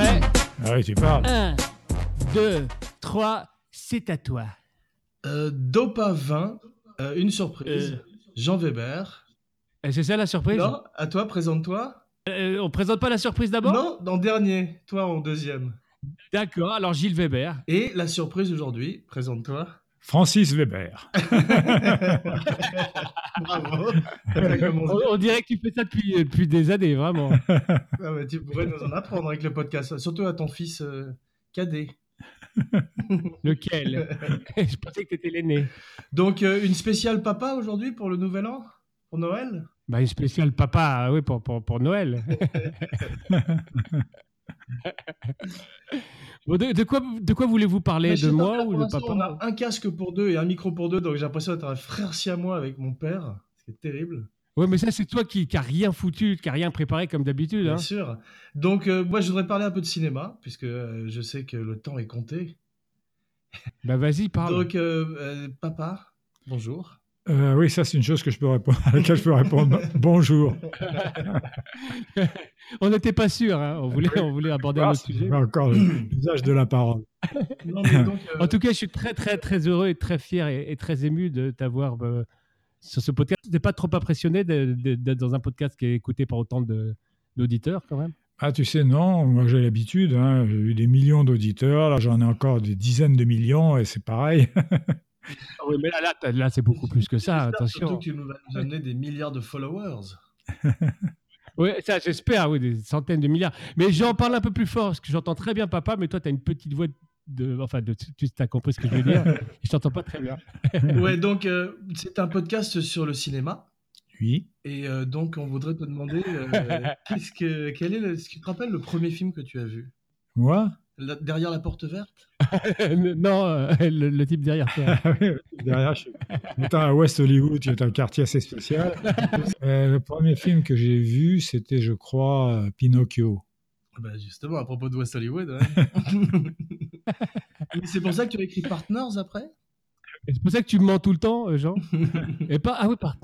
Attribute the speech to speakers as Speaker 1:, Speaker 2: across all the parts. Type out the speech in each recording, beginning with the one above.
Speaker 1: Ah oui, tu parles.
Speaker 2: 1, 2, 3, c'est à toi.
Speaker 3: Euh, Dopa 20, euh, une surprise.
Speaker 2: Euh.
Speaker 3: Jean Weber.
Speaker 2: Euh, C'est ça la surprise
Speaker 3: Non, à toi, présente-toi.
Speaker 2: Euh, On présente pas la surprise d'abord
Speaker 3: non, en dernier, toi en deuxième.
Speaker 2: D'accord, alors Gilles Weber.
Speaker 3: Et la surprise aujourd'hui, présente-toi.
Speaker 1: Francis Weber.
Speaker 2: Ah.
Speaker 3: Bravo. Ça
Speaker 2: On,
Speaker 3: commence bien.
Speaker 2: on dirait que tu fais ça depuis, euh, depuis des années, vraiment.
Speaker 3: Ah ouais, tu pourrais nous en apprendre avec le podcast, surtout à ton fils euh, cadet.
Speaker 2: Lequel Je pensais que t'étais l'aîné.
Speaker 3: Donc, euh, une spéciale papa aujourd'hui pour le nouvel an Pour Noël
Speaker 2: Bah, une spéciale papa, euh, oui, pour, pour, pour Noël. Bon, de, de quoi, de quoi voulez-vous parler
Speaker 3: Mais je
Speaker 2: De
Speaker 3: sais pas,
Speaker 2: moi
Speaker 3: là,
Speaker 2: ou
Speaker 3: pour
Speaker 2: de
Speaker 3: l'instant,
Speaker 2: papa
Speaker 3: On a un casque pour deux et un micro pour deux, donc j'ai l'impression d'être un frère siamois avec mon père. C'est terrible,
Speaker 2: Ouais, mais ça, c'est toi qui qui a rien foutu, qui a rien préparé comme d'habitude. hein.
Speaker 3: bien sûr. Donc, euh, moi, je voudrais parler un peu de cinéma, puisque euh, je sais que le temps est compté.
Speaker 2: Bah, vas-y, parle.
Speaker 3: Donc, euh, euh, papa, bonjour.
Speaker 1: Euh, oui, ça, c'est une chose que je peux répondre, à laquelle je peux répondre. Bonjour.
Speaker 2: On n'était pas sûr, hein, on, voulait, on voulait aborder un
Speaker 1: Ah,
Speaker 2: autre
Speaker 1: c'est
Speaker 2: sujet.
Speaker 1: encore l'usage de la parole.
Speaker 3: Non, mais donc, euh,
Speaker 2: En tout cas, je suis très, très, très heureux et très fier et, et très ému de t'avoir euh, sur ce podcast. Je n'étais pas trop impressionné de- de- d'être dans un podcast qui est écouté par autant de- d'auditeurs, quand même.
Speaker 1: Ah, tu sais, non, moi j'ai l'habitude, hein, j'ai eu des millions d'auditeurs, là j'en ai encore des dizaines de millions et c'est pareil.
Speaker 2: Ah oui, mais là, là, t'as- là, c'est beaucoup plus que ça,
Speaker 3: j'espère Surtout
Speaker 2: attention.
Speaker 3: que tu nous vas nous amener des milliards de followers.
Speaker 2: Oui, ça, j'espère, oui, des centaines de milliards. Mais j'en parle un peu plus fort, parce que j'entends très bien papa, mais toi, tu as une petite voix de. Enfin, de, tu as compris ce que je veux dire. je t'entends pas très bien.
Speaker 3: ouais, donc, euh, c'est un podcast sur le cinéma.
Speaker 1: Oui.
Speaker 3: Et euh, donc, on voudrait te demander, euh, qu'est-ce que, quel est, le, est-ce que tu te rappelles le premier film que tu as vu
Speaker 1: Moi
Speaker 3: La- Derrière la porte verte
Speaker 2: non, euh, le, le type derrière toi.
Speaker 1: Ah oui, Derrière, je suis étant à West Hollywood, qui est un quartier assez spécial. Euh, le premier film que j'ai vu, c'était, je crois, euh, Pinocchio.
Speaker 3: Bah, Justement, à propos de West Hollywood. ouais. Mais c'est pour ça que tu as écrit Partners après
Speaker 2: Et C'est pour ça que tu me mens tout le temps, euh, Jean. Et pas ah oui, par-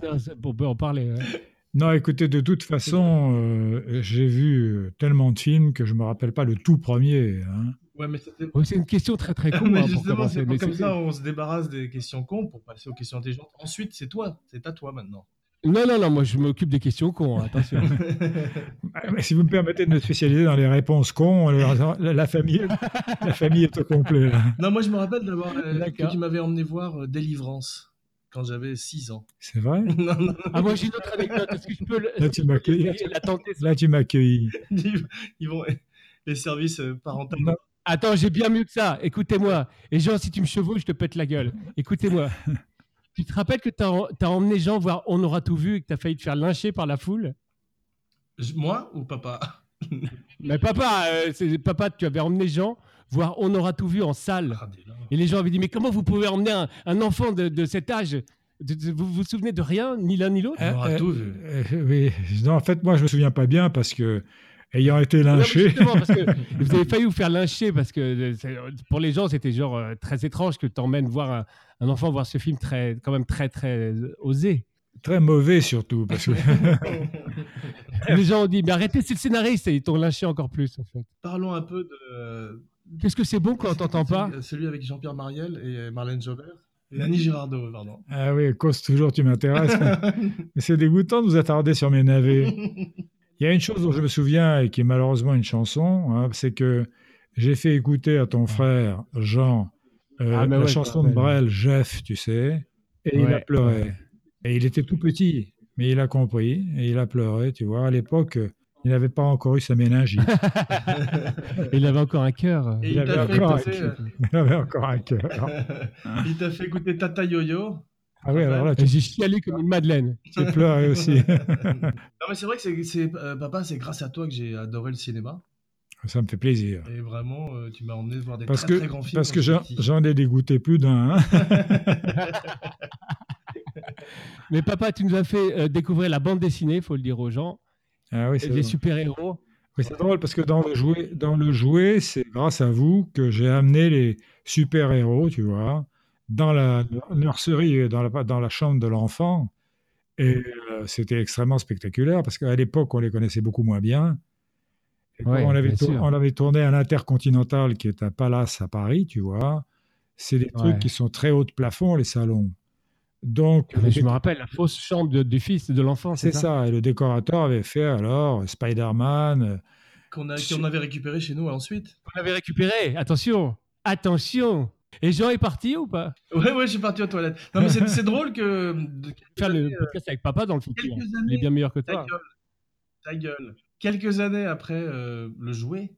Speaker 2: on peut en parler. ouais.
Speaker 1: Non, écoutez, de toute façon, euh, j'ai vu euh, tellement de films que je me rappelle pas le tout premier. hein.
Speaker 3: Ouais, mais c'était.
Speaker 2: Oui, c'est une question très très con
Speaker 3: Ah, Mais
Speaker 2: hein, pour
Speaker 3: justement,
Speaker 2: commencer.
Speaker 3: c'est
Speaker 2: mais
Speaker 3: comme
Speaker 2: c'est-
Speaker 3: ça on se débarrasse des questions cons pour passer aux questions intelligentes. Ensuite, c'est toi, c'est à toi maintenant.
Speaker 2: Non non non, moi je m'occupe des questions cons. hein, attention.
Speaker 1: Ah, mais si vous me permettez de me spécialiser dans les réponses cons, alors, la, la famille, la famille est au complet. là.
Speaker 3: non, moi je me rappelle d'avoir euh, que
Speaker 2: D'accord.
Speaker 3: tu m'avais emmené voir euh, Délivrance quand j'avais 6 ans.
Speaker 1: C'est vrai
Speaker 3: non, non,
Speaker 2: ah moi j'ai une autre anecdote. Est-ce que je peux le-
Speaker 1: Là, tu m'accueilles.
Speaker 2: essayer de la tenter ça
Speaker 1: Là, tu m'accueilles.
Speaker 3: ils ils vont les services euh, parentaux.
Speaker 2: Attends, j'ai bien mieux que ça. Écoutez-moi. Et Jean, si tu me chevauches, je te pète la gueule. Écoutez-moi. tu te rappelles que t'as as emmené Jean voir On aura tout vu et que t'as failli te faire lyncher par la foule
Speaker 3: Je- Moi ou papa
Speaker 2: Mais papa, euh, c'est- papa, tu avais emmené Jean voir On aura tout vu en salle.
Speaker 3: Ah, des larmes.
Speaker 2: Et les gens avaient dit, mais comment vous pouvez emmener un, un enfant de, de cet âge De- de- Vous vous souvenez de rien, ni l'un ni l'autre
Speaker 3: On aura
Speaker 1: Euh,
Speaker 3: tout vu.
Speaker 1: Euh, oui. Non, en fait, moi, je me souviens pas bien parce que, ayant été
Speaker 2: Non, mais
Speaker 1: lynché,
Speaker 2: justement, parce que vous avez failli vous faire lyncher parce que euh, c'est- pour les gens c'était genre euh, très étrange que t'emmènes voir un, un enfant voir ce film très quand même très très euh, osé.
Speaker 1: très mauvais surtout, parce que
Speaker 2: Les gens ont dit mais arrêtez c'est le scénariste et ils t'ont lynché encore plus. en fait.
Speaker 3: Parlons un peu de.
Speaker 2: Qu'est-ce que c'est bon quand on t'entend pas
Speaker 3: celui- Celui avec Jean-Pierre Mariel et euh, Marlène Jobert. Et Annie Girardot, pardon.
Speaker 1: Ah oui, cause toujours, tu m'intéresses. Mais c'est dégoûtant de vous attarder sur mes navets. Il y a une chose dont je me souviens et qui est malheureusement une chanson, hein, c'est que j'ai fait écouter à ton frère Jean euh,
Speaker 2: Ah, mais
Speaker 1: la
Speaker 2: ouais, je
Speaker 1: chanson
Speaker 2: me
Speaker 1: de
Speaker 2: rappelle.
Speaker 1: Brel, Jeff, tu sais, et il a
Speaker 2: Ouais.
Speaker 1: pleuré. Et il était tout petit, mais il a compris et il a pleuré. Tu vois, à l'époque, euh, il n'avait pas encore eu sa méningite.
Speaker 2: Il avait encore un cœur.
Speaker 3: Et
Speaker 1: Il
Speaker 3: il
Speaker 1: avait
Speaker 3: t'a fait, euh,
Speaker 1: encore
Speaker 3: écouter,
Speaker 1: il avait encore un cœur.
Speaker 3: euh, il t'a fait écouter Tata Yo-Yo.
Speaker 1: Ah oui, alors là,
Speaker 2: Et
Speaker 1: tu
Speaker 2: J'ai chialé comme une madeleine.
Speaker 1: tu pleurais aussi.
Speaker 3: Non, mais c'est vrai que c'est, c'est- euh, papa, c'est grâce à toi que j'ai adoré le cinéma.
Speaker 1: Ça me fait plaisir.
Speaker 3: Et vraiment, euh, tu m'as emmené voir des
Speaker 1: Parce
Speaker 3: très,
Speaker 1: que,
Speaker 3: très grands films.
Speaker 1: parce
Speaker 3: quand
Speaker 1: que
Speaker 3: j'étais
Speaker 1: j'en
Speaker 3: petit.
Speaker 1: j'en ai dégoûté plus d'un. hein.
Speaker 2: Mais papa tu nous as fait euh, découvrir la bande dessinée faut le dire aux gens
Speaker 1: Ah oui,
Speaker 2: et
Speaker 1: c'est
Speaker 2: les
Speaker 1: drôle.
Speaker 2: super héros.
Speaker 1: Oui, c'est drôle parce que dans le jouet, dans le jouet, c'est grâce à vous que j'ai amené les super héros, tu vois, dans la nurserie, et dans la dans la chambre de l'enfant. Et euh, c'était extrêmement spectaculaire parce qu'à l'époque, on les connaissait beaucoup moins bien. Et quand
Speaker 2: Ouais,
Speaker 1: on, l'avait
Speaker 2: bien
Speaker 1: tour-
Speaker 2: sûr.
Speaker 1: on l'avait tourné à l'Intercontinental, qui est un palace à Paris, tu vois. C'est des
Speaker 2: Ouais.
Speaker 1: trucs qui sont très hauts de plafond, les salons. Donc,
Speaker 2: Ah, Mais
Speaker 1: le
Speaker 2: je me
Speaker 1: déco-
Speaker 2: rappelle, la fausse chambre de- du fils de l'enfant,
Speaker 1: c'est ça. Et le décorateur avait fait alors Spider-Man, euh,
Speaker 3: Qu'on a- qu'on avait récupéré chez nous ensuite.
Speaker 2: On l'avait récupéré, attention, attention. Et Jean est parti ou pas
Speaker 3: Ouais, ouais, je suis parti aux toilettes. Non, mais c'est c'est drôle que. de-
Speaker 2: Faire le podcast avec papa dans le futur.
Speaker 3: Euh, Quelques
Speaker 2: Il est
Speaker 3: années.
Speaker 2: bien meilleur que
Speaker 3: Ta
Speaker 2: toi.
Speaker 3: gueule. Ta gueule. Quelques années après euh, le jouet,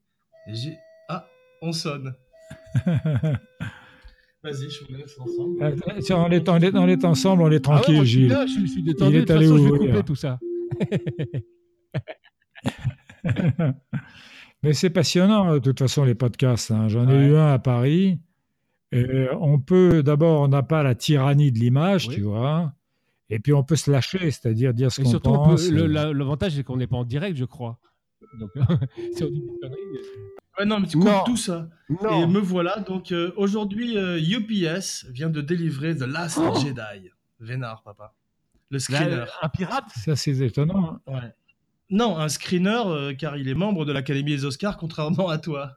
Speaker 3: j'ai. Ah, on sonne. Vas-y, je vous laisse ensemble.
Speaker 2: Euh,
Speaker 1: Tiens, Euh, on est, on est- on est ensemble, on est
Speaker 2: Ah ouais,
Speaker 1: tranquille,
Speaker 2: moi, je suis
Speaker 1: Gilles.
Speaker 2: là, je suis- je suis détendu.
Speaker 1: est
Speaker 2: De toute
Speaker 1: allé
Speaker 2: façon, je vais
Speaker 1: ouvrir.
Speaker 2: couper tout ça.
Speaker 1: Mais c'est passionnant, de toute façon, les podcasts. hein. J'en ai
Speaker 2: Ouais.
Speaker 1: eu un à Paris. Et euh, on peut, d'abord, on n'a pas la tyrannie de l'image,
Speaker 2: Oui.
Speaker 1: tu vois. Et puis, on peut se lâcher, c'est-à-dire dire ce
Speaker 2: Et
Speaker 1: qu'on
Speaker 2: surtout, on peut-
Speaker 1: pense.
Speaker 2: le- la- l'avantage, c'est qu'on n'est pas en direct, je crois. Donc, si on dit des conneries,
Speaker 3: Ouais, non, mais tu coupes
Speaker 2: Non.
Speaker 3: tout ça.
Speaker 2: euh,
Speaker 3: Et me voilà. Donc euh, aujourd'hui, euh, UPS vient de délivrer The Last
Speaker 2: Oh.
Speaker 3: Jedi. Vénard, papa.
Speaker 1: Bah,
Speaker 2: Là,
Speaker 3: Le
Speaker 1: euh,
Speaker 3: screener.
Speaker 2: un pirate
Speaker 1: Ça, c'est étonnant.
Speaker 3: Ouais. Non, un screener, euh, car il est membre de l'Académie des Oscars, contrairement à toi.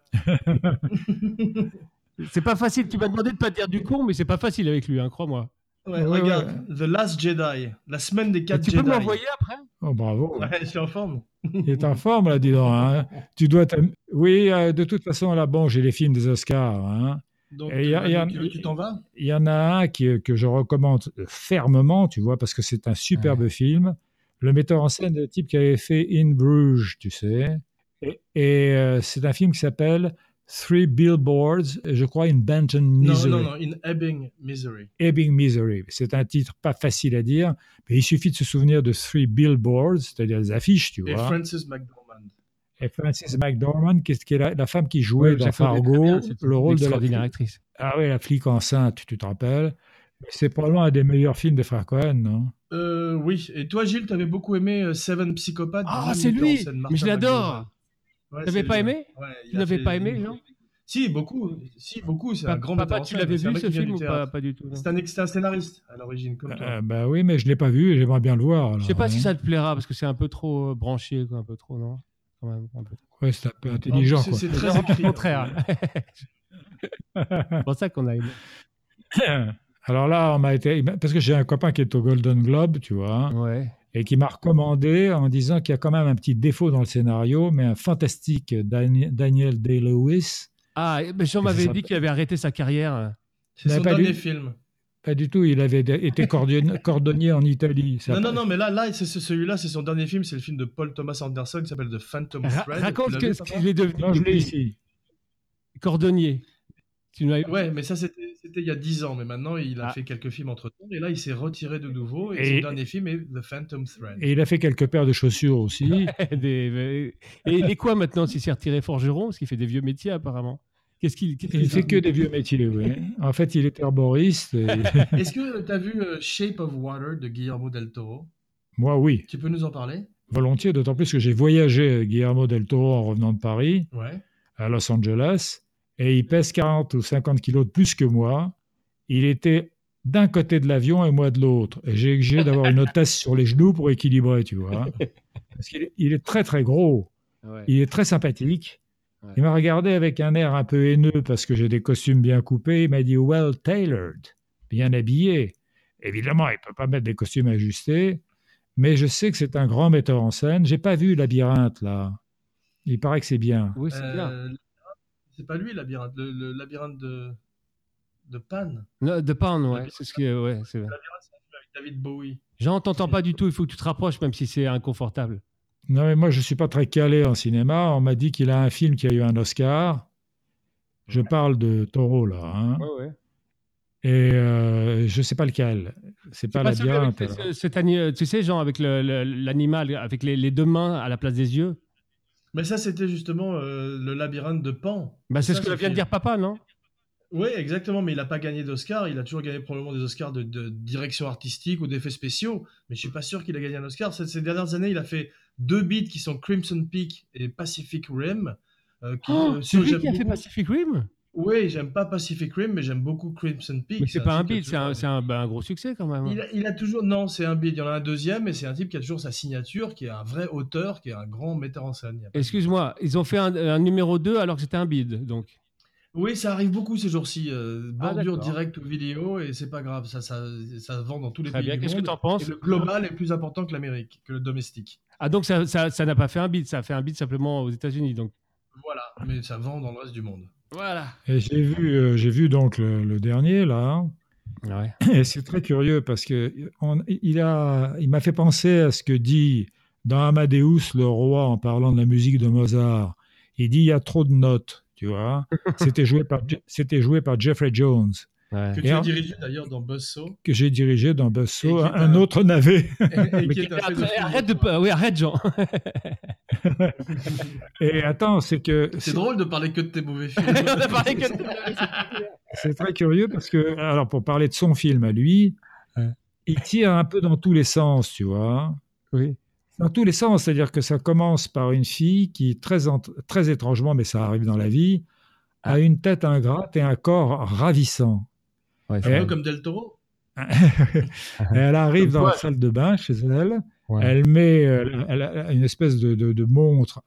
Speaker 2: C'est pas facile. Tu m'as demandé de pas dire du con, mais c'est pas facile avec lui, hein, crois-moi.
Speaker 3: Ouais,
Speaker 1: Ouais,
Speaker 3: regarde, The Last Jedi, la semaine des
Speaker 2: Et
Speaker 3: 4
Speaker 2: Tu
Speaker 3: Jedi.
Speaker 2: peux me l'envoyer après
Speaker 1: Oh, bravo.
Speaker 3: Ouais, je suis en forme.
Speaker 1: Il est en forme, là, dis donc. hein. Tu dois t'am- Oui, euh, de toute façon, là, bon, j'ai les films des Oscars. hein.
Speaker 3: Donc,
Speaker 1: Et y a-
Speaker 3: euh,
Speaker 1: y a-
Speaker 3: tu- tu t'en vas
Speaker 1: Il y en a un qui, que je recommande fermement, tu vois, parce que c'est un superbe film. Le metteur en scène, le type qui avait fait In Bruges, tu sais. Et, et, euh, c'est un film qui s'appelle Three Billboards, et je crois, in Benton, Misery.
Speaker 3: Non, non, non, in Ebbing, Misery.
Speaker 1: Ebbing, Misery. C'est un titre pas facile à dire, mais il suffit de se souvenir de Three Billboards, c'est-à-dire les affiches, tu
Speaker 3: Et
Speaker 1: vois.
Speaker 3: Francis McDormand.
Speaker 1: et Frances McDormand, qui est, qui est la, la femme qui jouait dans bah, Fargo, le rôle de la
Speaker 2: extraordinaire actrice.
Speaker 1: Ah oui, la flic enceinte, tu, tu te rappelles C'est probablement un des meilleurs films des frères Cohen, non
Speaker 3: Euh, oui, et toi, Gilles, t'avais beaucoup aimé euh, Seven Psychopath.
Speaker 2: Ah,
Speaker 3: Jim
Speaker 2: c'est lui
Speaker 3: Nicholson, Martin
Speaker 2: Mais je l'adore.
Speaker 3: McDormand. Ouais,
Speaker 2: T'avais
Speaker 3: c'est
Speaker 2: pas
Speaker 3: lui.
Speaker 2: aimé
Speaker 3: Ouais, il
Speaker 2: Tu
Speaker 3: a
Speaker 2: l'avais
Speaker 3: fait-
Speaker 2: pas aimé, Jean
Speaker 3: Si, beaucoup. Si, beaucoup. C'est un grand metteur
Speaker 2: Papa,
Speaker 3: en
Speaker 2: tu
Speaker 3: scène,
Speaker 2: l'avais
Speaker 3: c'est un
Speaker 2: vu
Speaker 3: mec
Speaker 2: ce
Speaker 3: qui vient
Speaker 2: film
Speaker 3: du
Speaker 2: ou
Speaker 3: théâtre.
Speaker 2: pas Pas du tout. non.
Speaker 3: C'est un, c'est un scénariste à l'origine, comme toi.
Speaker 1: Euh, Bah oui, mais je ne l'ai pas vu et j'aimerais bien le voir. alors,
Speaker 2: Je sais pas si
Speaker 1: hein.
Speaker 2: ça te plaira parce que c'est un peu trop euh, branché, quoi, un peu trop, non Quand même, un peu.
Speaker 1: Ouais, c'est un peu
Speaker 3: En plus,
Speaker 1: intelligent,
Speaker 3: c'est-
Speaker 1: quoi.
Speaker 3: C'est très écrit.
Speaker 2: Au contraire. c'est pour ça qu'on a aimé.
Speaker 1: Alors là, on m'a été... Parce que j'ai un copain qui est au Golden Globe, tu vois,
Speaker 2: Ouais.
Speaker 1: et qui m'a recommandé en disant qu'il y a quand même un petit défaut dans le scénario, mais un fantastique Dan- Daniel Day-Lewis.
Speaker 2: Ah, mais Jean
Speaker 1: Mais
Speaker 2: m'avait
Speaker 1: c'est
Speaker 2: dit qu'il avait arrêté sa carrière.
Speaker 3: C'est son
Speaker 1: T'avais pas
Speaker 3: dernier
Speaker 1: lu
Speaker 3: film.
Speaker 1: Pas du tout, il avait dé- été cordonnier, cordonnier en Italie. Ça-
Speaker 3: Non, non, non, mais là, là c'est c'est celui-là, c'est son dernier film. C'est le film de Paul Thomas Anderson qui s'appelle The Phantom
Speaker 2: Ra-
Speaker 3: Thread.
Speaker 2: raconte ce
Speaker 3: Tu l'as
Speaker 2: que-
Speaker 3: vu,
Speaker 2: ce
Speaker 3: papa
Speaker 2: qu'il est devenu.
Speaker 1: Non, je l'ai ici.
Speaker 2: Cordonnier. Tu nous l'avais-
Speaker 3: Ouais, mais ça, c'était c'était il y a 10 ans. Mais maintenant, il a
Speaker 2: Ah.
Speaker 3: fait quelques films entre temps. Et là, il s'est retiré de nouveau. Et,
Speaker 1: Et-
Speaker 3: son dernier film est The Phantom Thread.
Speaker 1: Et il a fait quelques paires de chaussures aussi.
Speaker 2: Des- euh, Et il est quoi maintenant s'il s'est retiré forgeron Parce qu'il fait des vieux métiers apparemment. Qu'est-ce qu'il qu'est-ce
Speaker 1: Il
Speaker 2: qu'il
Speaker 1: fait que des vieux métiers, oui. En fait, il est herboriste. et-
Speaker 3: Est-ce que tu as vu euh, Shape of Water de Guillermo del Toro
Speaker 1: Moi, oui,
Speaker 3: Tu peux nous en parler
Speaker 1: volontiers, d'autant plus que j'ai voyagé avec Guillermo del Toro en revenant de Paris.
Speaker 3: Ouais.
Speaker 1: à Los Angeles et il pèse 40 ou 50 kilos de plus que moi. Il était d'un côté de l'avion et moi de l'autre. Et j'ai exigé d'avoir une hôtesse sur les genoux pour équilibrer, tu vois. Parce qu'il est, il est très, très gros.
Speaker 2: Ouais.
Speaker 1: Il est très sympathique.
Speaker 2: Ouais.
Speaker 1: Il m'a regardé avec un air un peu haineux parce que j'ai des costumes bien coupés. Il m'a dit « well tailored », bien habillé. Évidemment, il ne peut pas mettre des costumes ajustés, mais je sais que c'est un grand metteur en scène. J'ai pas vu Labyrinthe, là. Il paraît que c'est bien.
Speaker 2: Oui, c'est bien.
Speaker 3: Euh, c'est pas lui, labyrinthe. Le, le labyrinthe de, de Pan.
Speaker 2: Non, de Pound, ouais. C'est ce qui est- ouais, c'est bien.
Speaker 3: Avec David Bowie.
Speaker 2: Jean, t'entends pas du tout. Il faut que tu te rapproches, même si c'est inconfortable.
Speaker 1: Non, mais moi, je ne suis pas très calé en cinéma. On m'a dit qu'il a un film qui a eu un Oscar. Je parle de Toro, là. hein.
Speaker 2: ouais.
Speaker 1: Et euh, je ne sais pas lequel. C'est pas
Speaker 2: C'est pas celui
Speaker 1: labyrinthe.
Speaker 2: avec
Speaker 1: Ah, alors.
Speaker 2: ce- cet ani- euh, tu sais, Jean, avec le- le- l'animal, avec les, les deux mains à la place des yeux.
Speaker 3: Mais ça, c'était justement euh, le labyrinthe de Pan.
Speaker 2: Bah, c'est
Speaker 3: Ça,
Speaker 2: ce que
Speaker 3: ce
Speaker 2: vient de
Speaker 3: film.
Speaker 2: dire papa,
Speaker 3: euh,
Speaker 2: non
Speaker 3: Oui, exactement, mais il n'a pas gagné d'Oscar. Il a toujours gagné probablement des Oscars de, de direction artistique ou d'effets spéciaux, mais je suis pas sûr qu'il a gagné un Oscar. Ces, ces dernières années, il a fait deux beats qui sont Crimson Peak et Pacific Rim. euh, qui,
Speaker 2: Oh,
Speaker 3: euh,
Speaker 2: C'est lui
Speaker 3: surgèlent
Speaker 2: qui a fait
Speaker 3: beaucoup.
Speaker 2: Pacific Rim
Speaker 3: Oui, j'aime pas Pacific Rim, mais j'aime beaucoup Crimson Peak.
Speaker 2: Mais c'est pas un
Speaker 3: type qui a
Speaker 2: bide, c'est un,
Speaker 3: toujours-
Speaker 2: c'est un- bah, un gros succès quand même.
Speaker 3: Il a, il a toujours. Non, c'est un bid. Il y en a un deuxième, et c'est un type qui a toujours sa signature, qui est un vrai auteur, qui est un grand metteur en scène. Il y a pas de-
Speaker 2: Excuse-moi, ils ont fait un, un numéro 2 alors que c'était un bide. Donc,
Speaker 3: Oui, ça arrive beaucoup ces jours-ci. euh,
Speaker 2: Ah,
Speaker 3: bordure
Speaker 2: d'accord.
Speaker 3: directe ou vidéo, et c'est pas grave. Ça, ça, ça vend dans tous les
Speaker 2: très
Speaker 3: pays.
Speaker 2: bien.
Speaker 3: du
Speaker 2: Qu'est-ce que
Speaker 3: monde.
Speaker 2: t'en penses
Speaker 3: Et le global est plus important que l'Amérique, que le domestique.
Speaker 2: Ah, donc ça ça- ça n'a pas fait un bide, ça a fait un bide simplement aux États-Unis. Donc,
Speaker 3: Voilà, mais ça vend dans le reste du monde.
Speaker 2: voilà.
Speaker 1: Et j'ai vu, euh, j'ai vu donc le, le dernier là,
Speaker 2: Ouais.
Speaker 1: et c'est très curieux parce que on- il a, il m'a fait penser à ce que dit dans Amadeus le roi en parlant de la musique de Mozart. Il dit il y a trop de notes, tu vois. C'était joué par, c'était joué par Jeffrey Jones
Speaker 2: ouais.
Speaker 3: Que
Speaker 1: Et
Speaker 3: tu as
Speaker 1: un-
Speaker 3: dirigé d'ailleurs dans Buzzsaw.
Speaker 1: que j'ai dirigé dans Buzzsaw,
Speaker 3: Et qui
Speaker 1: un,
Speaker 3: est un-
Speaker 1: autre navet.
Speaker 3: et- et
Speaker 2: Mais
Speaker 3: qui est un fait de
Speaker 2: arrête-
Speaker 3: film.
Speaker 2: arrête, de pas- oui, arrête, Jean.
Speaker 1: Et attends, c'est que
Speaker 3: C'est drôle de parler que de tes mauvais films.
Speaker 2: On a parlé que de-
Speaker 1: C'est très curieux parce que, Ah, alors pour parler de son film à lui,
Speaker 2: Ouais.
Speaker 1: il tire un peu dans tous les sens, tu vois.
Speaker 2: Oui.
Speaker 1: Dans tous les sens, c'est-à-dire que ça commence par une fille qui, très, ent- très étrangement, mais ça arrive dans la vie, a une tête ingrate et un corps ravissant.
Speaker 2: Ouais,
Speaker 1: Et-
Speaker 3: Un
Speaker 2: c'est
Speaker 3: peu
Speaker 2: vrai.
Speaker 3: comme Del Toro.
Speaker 1: Et elle arrive dans la
Speaker 2: Ouais.
Speaker 1: salle de bain chez elle,
Speaker 2: Ouais.
Speaker 1: elle met euh, elle a une espèce de, de- de montre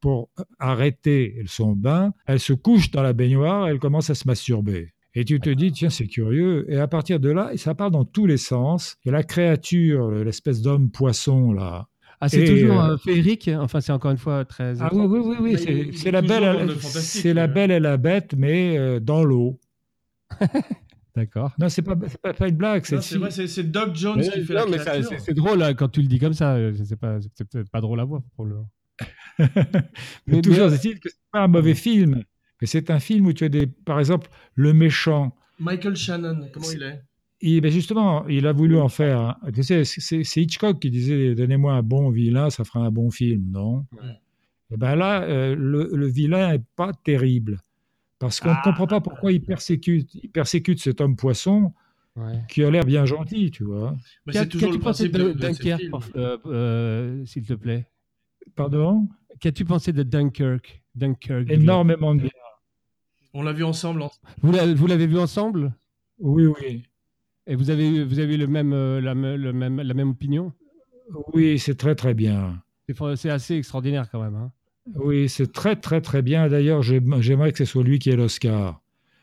Speaker 1: pour arrêter son bain, elle se couche dans la baignoire, elle commence à se masturber. Et tu te dis, tiens, c'est curieux. Et à partir de là, ça part dans tous les sens. Et la créature, l'espèce d'homme poisson, là.
Speaker 2: Ah, c'est
Speaker 1: Et,
Speaker 2: toujours
Speaker 1: euh,
Speaker 2: euh, féerique. Enfin, c'est encore une fois très.
Speaker 1: Ah oui, oui, oui, oui,
Speaker 3: Mais
Speaker 1: c'est-
Speaker 3: il-
Speaker 1: c'est
Speaker 3: il
Speaker 1: la,
Speaker 3: est
Speaker 1: belle,
Speaker 3: toujours dans
Speaker 1: à-
Speaker 3: le fantastique,
Speaker 1: c'est la
Speaker 3: euh.
Speaker 1: belle et la bête, mais euh, dans l'eau.
Speaker 2: D'accord.
Speaker 1: Non, c'est pas, c'est pas, pas une blague.
Speaker 3: Non,
Speaker 1: cette
Speaker 3: C'est
Speaker 1: fille.
Speaker 3: vrai, c'est c'est Doc Jones
Speaker 2: Mais,
Speaker 3: qui fait
Speaker 2: non, mais
Speaker 3: la
Speaker 2: ça,
Speaker 3: créature.
Speaker 2: c'est c'est drôle hein, quand tu le dis comme ça. euh, C'est pas, c'est peut-être pas drôle à voir pour le.
Speaker 1: Mais,
Speaker 2: Mais-
Speaker 1: toujours
Speaker 2: mais- Mm.
Speaker 1: est-il que c'est pas un mauvais film. Mais c'est un film où tu as des, par exemple, le méchant.
Speaker 3: Michael Shannon, comment il est
Speaker 1: Et ben justement, il a voulu en faire. un- Tu sais, c'est c'est Hitchcock qui disait Donnez-moi un bon vilain, ça fera un bon film, non
Speaker 3: Ouais.
Speaker 1: Et ben là, euh, le, le vilain est pas terrible. Parce qu'on ne
Speaker 2: Ah.
Speaker 1: comprend pas pourquoi il persécute, il persécute cet homme poisson
Speaker 2: Ouais.
Speaker 1: qui a l'air bien gentil, tu vois.
Speaker 3: Mais c'est
Speaker 2: Qu'as-
Speaker 3: toujours le
Speaker 2: Qu'as-tu pensé
Speaker 3: principe
Speaker 2: de,
Speaker 3: de, de ces
Speaker 2: Dunkerque,
Speaker 3: films.
Speaker 2: pour- euh, euh, s'il te plaît
Speaker 1: Pardon
Speaker 2: Qu'as-tu pensé de Dunkirk Dunkirk.
Speaker 1: Énormément de bien.
Speaker 3: On l'a vu ensemble. en-
Speaker 2: Vous l'avez vous l'avez vu ensemble
Speaker 1: Oui, oui.
Speaker 2: Et vous avez eu- vous avez eu le même euh, la, me- le même la même opinion
Speaker 1: Oui, c'est très, très bien.
Speaker 2: C'est fa- C'est assez extraordinaire quand même. hein.
Speaker 1: Oui, c'est très, très, très bien. D'ailleurs, j'aim- j'aimerais que ce soit lui qui ait l'Oscar.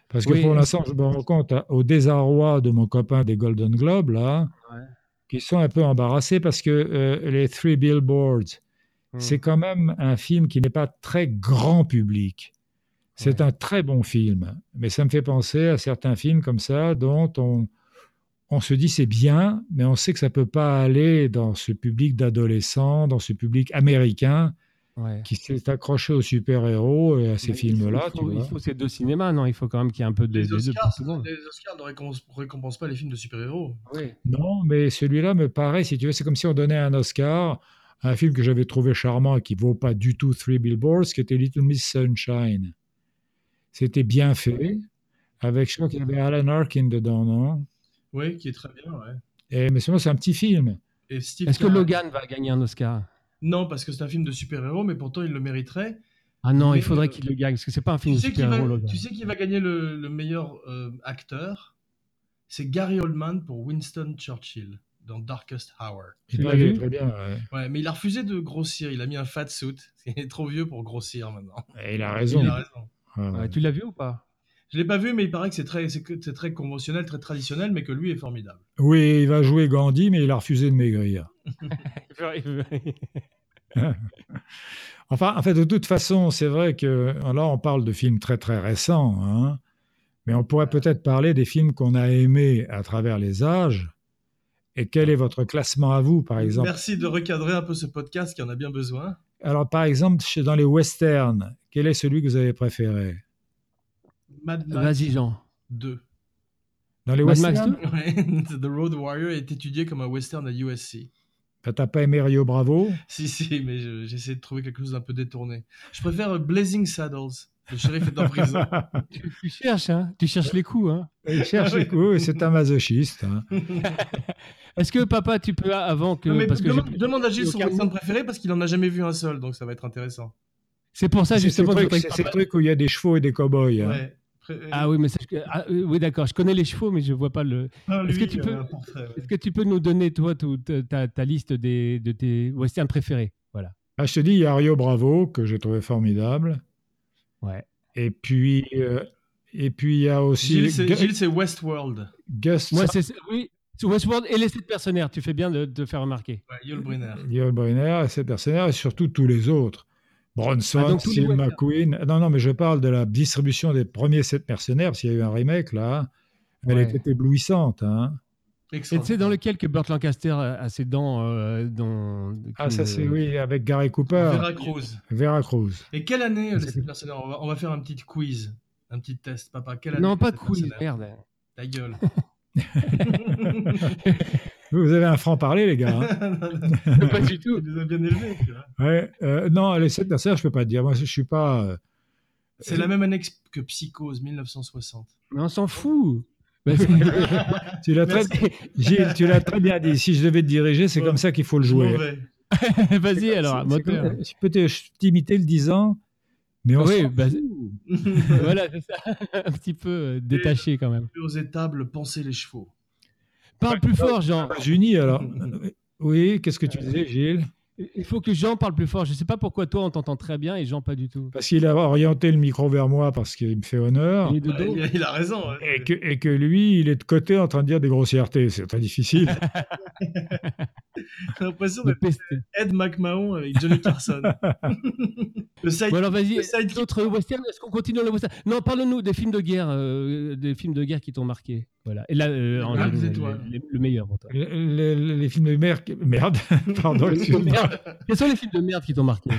Speaker 1: Parce que
Speaker 2: Oui.
Speaker 1: pour l'instant, je me rends compte hein, au désarroi de mon copain des Golden Globes, là,
Speaker 2: Ouais.
Speaker 1: qui sont un peu embarrassés parce que euh, les Three Billboards,
Speaker 2: Mmh. Hmm.
Speaker 1: c'est quand même un film qui n'est pas très grand public. C'est
Speaker 2: Ouais.
Speaker 1: un très bon film, mais ça me fait penser à certains films comme ça dont on, on se dit c'est bien, mais on sait que ça ne peut pas aller dans ce public d'adolescents, dans ce public américain
Speaker 2: Ouais.
Speaker 1: qui s'est accroché aux super-héros et à ces
Speaker 2: Mais
Speaker 1: films-là.
Speaker 2: il
Speaker 1: tu
Speaker 2: faut- Il
Speaker 1: vois.
Speaker 2: faut ces deux cinémas, non Il faut quand même qu'il y ait un peu des,
Speaker 3: Les
Speaker 2: des deux
Speaker 3: Oscars,
Speaker 2: pour tout le monde.
Speaker 3: les Oscars ne récompense- récompensent pas les films de super-héros.
Speaker 1: Non, mais celui-là me paraît, si tu veux, c'est comme si on donnait un Oscar à un film que j'avais trouvé charmant et qui vaut pas du tout Three Billboards, qui était Little Miss Sunshine. C'était bien fait, avec, je crois qu'il y avait Alan Arkin dedans, non
Speaker 3: Oui, qui est très bien. Ouais.
Speaker 1: et, Mais sinon, c'est un petit film.
Speaker 3: Et Steve
Speaker 2: Est-ce que
Speaker 3: Carell-
Speaker 2: Logan va gagner un Oscar
Speaker 3: Non, parce que c'est un film de super-héros, mais pourtant il le mériterait.
Speaker 2: Ah non,
Speaker 3: Mais,
Speaker 2: il faudrait
Speaker 3: euh,
Speaker 2: qu'il le gagne parce que c'est pas un film
Speaker 3: Tu
Speaker 2: de
Speaker 3: sais qui
Speaker 2: super-héros.
Speaker 3: va,
Speaker 2: Logan.
Speaker 3: tu sais qui va gagner le, le meilleur euh, acteur C'est Gary Oldman pour Winston Churchill dans Darkest Hour.
Speaker 1: Tu
Speaker 2: l'as
Speaker 1: l'avais
Speaker 2: vu
Speaker 1: très bien. ouais.
Speaker 3: Ouais, mais il a refusé de grossir. Il a mis un fat suit. Il est trop vieux pour grossir maintenant.
Speaker 1: Et il a raison.
Speaker 3: Il a raison.
Speaker 1: Ouais,
Speaker 2: Ouais,
Speaker 1: ouais.
Speaker 2: tu l'as vu ou pas
Speaker 3: Je l'ai pas vu, mais il paraît que c'est très, c'est que- c'est très conventionnel, très traditionnel, mais que lui est formidable.
Speaker 1: Oui, il va jouer Gandhi, mais il a refusé de maigrir. Enfin, en fait, de toute façon, c'est vrai que là, on parle de films très très récents, hein, mais on pourrait peut-être parler des films qu'on a aimés à travers les âges. Et quel est votre classement à vous, par exemple
Speaker 3: Merci de recadrer un peu ce podcast qui en a bien besoin.
Speaker 1: Alors, par exemple, chez- dans les westerns, quel est celui que vous avez préféré
Speaker 3: Mad
Speaker 2: Eh
Speaker 3: Max
Speaker 2: Vas-y, Jean.
Speaker 3: 2.
Speaker 1: Dans les
Speaker 2: Mad Max
Speaker 1: westerns,
Speaker 2: 2?
Speaker 3: Ouais, The Road Warrior est étudié comme un western à USC.
Speaker 1: bah, t'as pas aimé Rio Bravo
Speaker 3: Si, si, mais je- j'essaie de trouver quelque chose d'un peu détourné. Je préfère euh, Blazing Saddles. Le shérif est en prison.
Speaker 2: Tu cherches, hein Tu cherches les coups, hein
Speaker 1: Il cherche les coups, et c'est un masochiste. hein.
Speaker 2: Est-ce que papa, tu peux avant que
Speaker 3: Non, mais
Speaker 2: parce que
Speaker 3: demande,
Speaker 2: j'ai-
Speaker 3: demande à Gilles son
Speaker 2: aucun
Speaker 3: western préféré parce qu'il en a jamais vu un seul, donc ça va être intéressant.
Speaker 2: C'est pour ça
Speaker 1: C'est ces
Speaker 2: justement que je
Speaker 1: trucs,
Speaker 2: voudrais
Speaker 1: c'est
Speaker 2: que-
Speaker 1: ces trucs où il y a des chevaux et des cow-boys. hein.
Speaker 3: Ouais. Après, euh,
Speaker 2: Ah oui, mais ça, je- ah, euh, oui, d'accord. Je connais les chevaux, mais je vois pas le.
Speaker 3: ah,
Speaker 2: est-ce
Speaker 3: lui,
Speaker 2: que tu
Speaker 3: euh,
Speaker 2: peux-
Speaker 3: un portrait, ouais.
Speaker 2: Est-ce que tu peux nous donner toi tout- ta- ta, ta liste des de tes westerns préférés Voilà.
Speaker 1: Ah, je te dis, il y a Rio Bravo, que j'ai trouvé formidable.
Speaker 2: Ouais.
Speaker 1: Et puis, euh, et puis il y a aussi
Speaker 3: Gilles, c'est-
Speaker 1: Gu-
Speaker 3: Gilles, c'est Westworld.
Speaker 1: Gus
Speaker 2: Moi, c'est oui. c'est Westworld et les sept personnaires. Tu fais bien de, de faire remarquer.
Speaker 3: Ouais, Yul Brynner.
Speaker 1: Yul Brynner, et ses personnages, et surtout tous les autres. Bronson,
Speaker 2: Ah, donc tous les
Speaker 1: Steve
Speaker 2: westerns.
Speaker 1: McQueen. Ah, Non, non, mais je parle de la distribution des premiers sept mercenaires, parce qu'il y a eu un remake là. hein. Elle
Speaker 2: Ouais.
Speaker 1: était éblouissante. hein.
Speaker 2: Et
Speaker 3: Excellent.
Speaker 2: tu sais dans lequel que Burt Lancaster a a ses dents euh, dans.
Speaker 1: Ah, ça
Speaker 2: comme,
Speaker 1: c'est
Speaker 2: euh,
Speaker 1: oui, avec Gary Cooper, Vera,
Speaker 3: Vera Cruz.
Speaker 1: Cruz.
Speaker 3: Et quelle année euh, les
Speaker 1: C'est-
Speaker 3: sept mercenaires on va, on va faire un petit quiz, un petit test, papa. Quelle année
Speaker 2: Non,
Speaker 3: les
Speaker 2: pas
Speaker 3: sept
Speaker 2: cool.
Speaker 3: mercenaires
Speaker 2: Merde.
Speaker 3: Ta gueule.
Speaker 1: Vous vous avez un franc-parler, les gars. hein.
Speaker 2: pas du tout.
Speaker 3: Tu les as bien élevés. tu vois.
Speaker 1: Ouais, euh, non, les sept mercenaires, je peux pas te dire. Moi, je suis pas. euh,
Speaker 3: C'est la même année que- que Psychose, 1960.
Speaker 2: Mais on s'en fout. Bah, c'est-
Speaker 1: Tu l'as très, Gilles, tu l'as très bien dit. Si je devais te diriger, c'est
Speaker 3: Ouais.
Speaker 1: comme ça qu'il faut le jouer.
Speaker 3: Mauvais.
Speaker 2: Vas-y alors.
Speaker 1: C'est
Speaker 2: moteur.
Speaker 1: comme- je peux te- je t'imiter le 10 ans, mais on
Speaker 2: Oui,
Speaker 1: s'en
Speaker 2: bah,
Speaker 1: fout.
Speaker 2: voilà, c'est ça. un petit peu euh, détaché quand même.
Speaker 3: Plus aux étables, penser les chevaux.
Speaker 2: Parle plus fort, Jean.
Speaker 1: États-Unis, alors. Oui, qu'est-ce que tu disais, Gilles
Speaker 2: Il faut que Jean parle plus fort. Je sais pas pourquoi toi on t'entend très bien et Jean pas du tout.
Speaker 1: Parce qu'il a orienté le micro vers moi parce qu'il me fait honneur.
Speaker 2: Il est de
Speaker 3: Ouais,
Speaker 2: dos.
Speaker 3: il, a, il a raison. hein. ouais.
Speaker 1: Et que, et que lui, il est de côté en train de dire des grossièretés. C'est très difficile.
Speaker 3: J'ai l'impression
Speaker 2: de
Speaker 3: d'être
Speaker 2: pester.
Speaker 3: Ed McMahon avec Johnny Carson. le side
Speaker 2: Bon alors vas-y,
Speaker 3: le sidekick.
Speaker 2: d'autres westerns, est-ce qu'on continue le western Non, parle-nous des films de guerre, euh, des films de guerre qui t'ont marqué. Voilà. Et là, euh, en
Speaker 3: Ah,
Speaker 2: général,
Speaker 3: des
Speaker 2: les-
Speaker 3: étoiles.
Speaker 2: les- le meilleur pour toi.
Speaker 1: Le- le- les films de merde. Merde, pardon, excuse-moi.
Speaker 2: Quels sont les films de merde qui t'ont marqué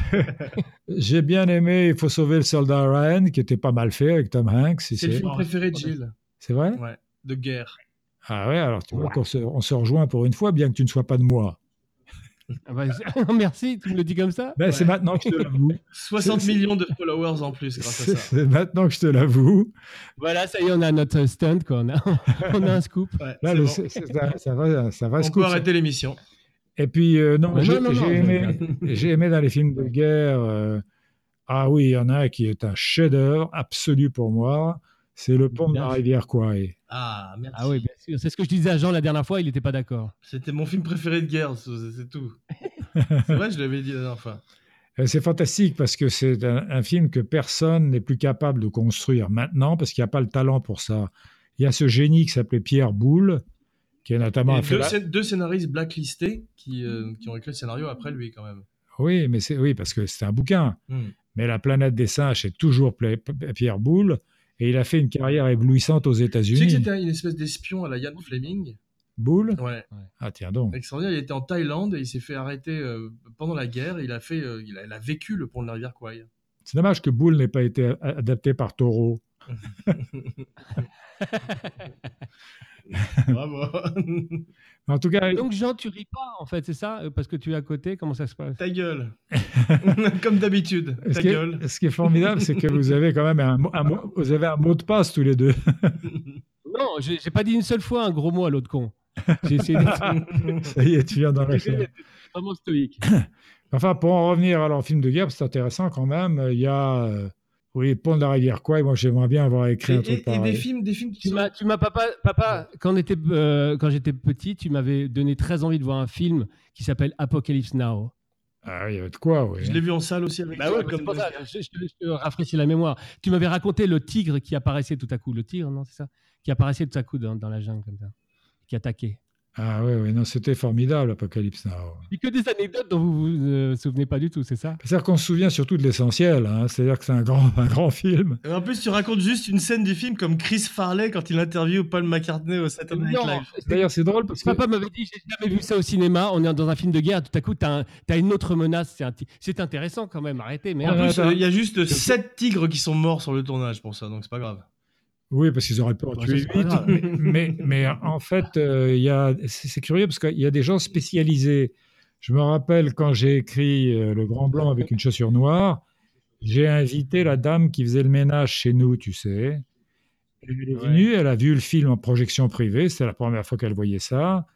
Speaker 1: J'ai bien aimé Il faut sauver le soldat Ryan, qui était pas mal fait avec Tom Hanks. si
Speaker 3: C'est le
Speaker 1: C'est
Speaker 3: film préféré de Gilles,
Speaker 1: c'est vrai
Speaker 3: de guerre.
Speaker 1: Ah ouais, alors tu vois qu'on se, on se rejoint pour une fois, bien que tu ne sois pas de moi.
Speaker 2: Ah bah, c'est- Merci, tu me le dis comme ça.
Speaker 1: Ben, C'est
Speaker 3: Ouais.
Speaker 1: maintenant que je te l'avoue.
Speaker 3: 60
Speaker 1: C'est- c'est-
Speaker 3: millions de followers en plus grâce à
Speaker 1: C'est
Speaker 3: ça.
Speaker 1: c'est maintenant que je te l'avoue.
Speaker 2: Voilà, ça y est, on a notre stunt, quoi. On a, on a un scoop.
Speaker 3: Ouais,
Speaker 1: Là,
Speaker 3: c'est
Speaker 1: le-
Speaker 3: bon.
Speaker 1: c'est- c'est- ça, ça va, ça va
Speaker 3: On
Speaker 1: se
Speaker 3: peut
Speaker 1: couper.
Speaker 3: arrêter l'émission.
Speaker 1: Et puis, euh, non,
Speaker 2: Mais
Speaker 1: j'ai
Speaker 2: non, non, non,
Speaker 1: j'ai aimé, j'ai aimé dans les films de guerre. euh, ah oui, il y en a un qui est un chef-d'œuvre absolu pour moi. C'est le pont de la
Speaker 2: Bien.
Speaker 1: rivière Kouai.
Speaker 3: Ah, merci.
Speaker 2: Ah oui, bien sûr. C'est ce que je disais à Jean la dernière fois, il n'était pas d'accord.
Speaker 3: C'était mon film préféré de guerre, c'est c'est tout. c'est vrai, je l'avais dit la dernière fois.
Speaker 1: Euh, C'est fantastique parce que c'est un, un film que personne n'est plus capable de construire maintenant parce qu'il n'y a pas le talent pour ça. Il y a ce génie qui s'appelait Pierre Boulle, qui est notamment
Speaker 3: Et
Speaker 1: a fait
Speaker 3: deux,
Speaker 1: la-
Speaker 3: scén- deux scénaristes blacklistés qui, euh, qui ont écrit le scénario après lui, quand même.
Speaker 1: Oui, mais c'est oui parce que c'est un bouquin.
Speaker 3: Hmm.
Speaker 1: Mais la planète des singes, c'est toujours Pla- P- Pierre Boulle, et il a fait une carrière éblouissante aux
Speaker 3: Tu sais que
Speaker 1: États-Unis.
Speaker 3: c'était une espèce d'espion à la Ian Fleming
Speaker 1: Boulle
Speaker 3: Ouais,
Speaker 1: Ah tiens donc.
Speaker 3: extraordinaire. Il était en Thaïlande et il s'est fait arrêter euh, pendant la guerre. Il a, fait, euh, il, a, il a vécu le pont de la rivière Kwai.
Speaker 1: C'est dommage que Boulle n'ait pas été a- adapté par Taureau.
Speaker 3: Bravo
Speaker 1: En tout cas,
Speaker 2: Donc, Jean, tu ris pas, en fait, c'est ça euh, Parce que tu es à côté, comment ça se passe
Speaker 3: Ta gueule Comme d'habitude,
Speaker 1: ce
Speaker 3: ta
Speaker 1: qui,
Speaker 3: gueule.
Speaker 1: est, ce qui est formidable, c'est que vous avez quand même un, mo- un mo- vous avez un mot de passe tous les deux.
Speaker 2: Non, j'ai j'ai pas dit une seule fois un gros mot à l'autre con. J'ai essayé d'être
Speaker 1: Ça y est, tu viens d'en
Speaker 2: essayé
Speaker 1: rester.
Speaker 2: d'être vraiment stoïque.
Speaker 1: Enfin, pour en revenir à leur film de guerre, c'est intéressant quand même. Il y a, euh, oui, Pont de la rivière quoi. Et moi, j'aimerais bien avoir
Speaker 3: Et,
Speaker 1: écrit un
Speaker 3: et-
Speaker 1: truc
Speaker 3: et des
Speaker 1: pareil.
Speaker 3: films, des films qui
Speaker 2: Tu
Speaker 3: sont...
Speaker 2: m'as, tu m'as- papa, papa, quand, on était, euh, quand j'étais petit, tu m'avais donné très envie de voir un film qui s'appelle Apocalypse Now.
Speaker 1: Ah, il y avait de quoi, oui.
Speaker 3: Je l'ai vu en salle aussi avec
Speaker 2: Bah
Speaker 3: toi,
Speaker 2: ouais, comme
Speaker 3: comme
Speaker 2: ça, je, je te- je te rafraîchis la mémoire. Tu m'avais raconté le tigre qui apparaissait tout à coup, le tigre, non, c'est ça Qui apparaissait tout à coup dans, dans la jungle, comme ça, qui attaquait.
Speaker 1: Ah oui, oui, non, c'était formidable, Apocalypse Now.
Speaker 2: Et que des anecdotes dont vous vous euh, souvenez pas du tout, c'est ça
Speaker 1: C'est-à-dire qu'on se souvient surtout de l'essentiel. hein. C'est-à-dire que c'est un grand, un grand film.
Speaker 3: Et Euh, en plus, tu racontes juste une scène du film comme Chris Farley quand il interviewe Paul McCartney au Saturday Night
Speaker 2: Non,
Speaker 3: Live.
Speaker 1: D'ailleurs, c'est drôle parce que
Speaker 2: Papa m'avait dit, j'ai jamais vu ça au cinéma. On est dans un film de guerre. Tout à coup, t'as, un- t'as une autre menace. C'est, un ti- c'est intéressant quand même. Arrêtez,
Speaker 3: En
Speaker 2: merde.
Speaker 1: Ah,
Speaker 3: plus,
Speaker 1: attends.
Speaker 3: euh, il y a juste 7 tigres qui sont morts sur le tournage pour ça, donc c'est pas grave.
Speaker 1: oui, parce qu'ils auraient pu en
Speaker 2: Bah, ça,
Speaker 1: tuer
Speaker 2: c'est pas
Speaker 1: huit.
Speaker 2: grave.
Speaker 1: mais, mais, mais en fait, euh, il y a- c'est c'est curieux parce qu'il y a des gens spécialisés. Je me rappelle quand j'ai écrit euh, Le Grand Blanc avec une chaussure noire, j'ai invité la dame qui faisait le ménage chez nous, tu sais. Elle est
Speaker 2: Ouais.
Speaker 1: venue, elle a vu le film en projection privée, c'était la première fois qu'elle voyait ça.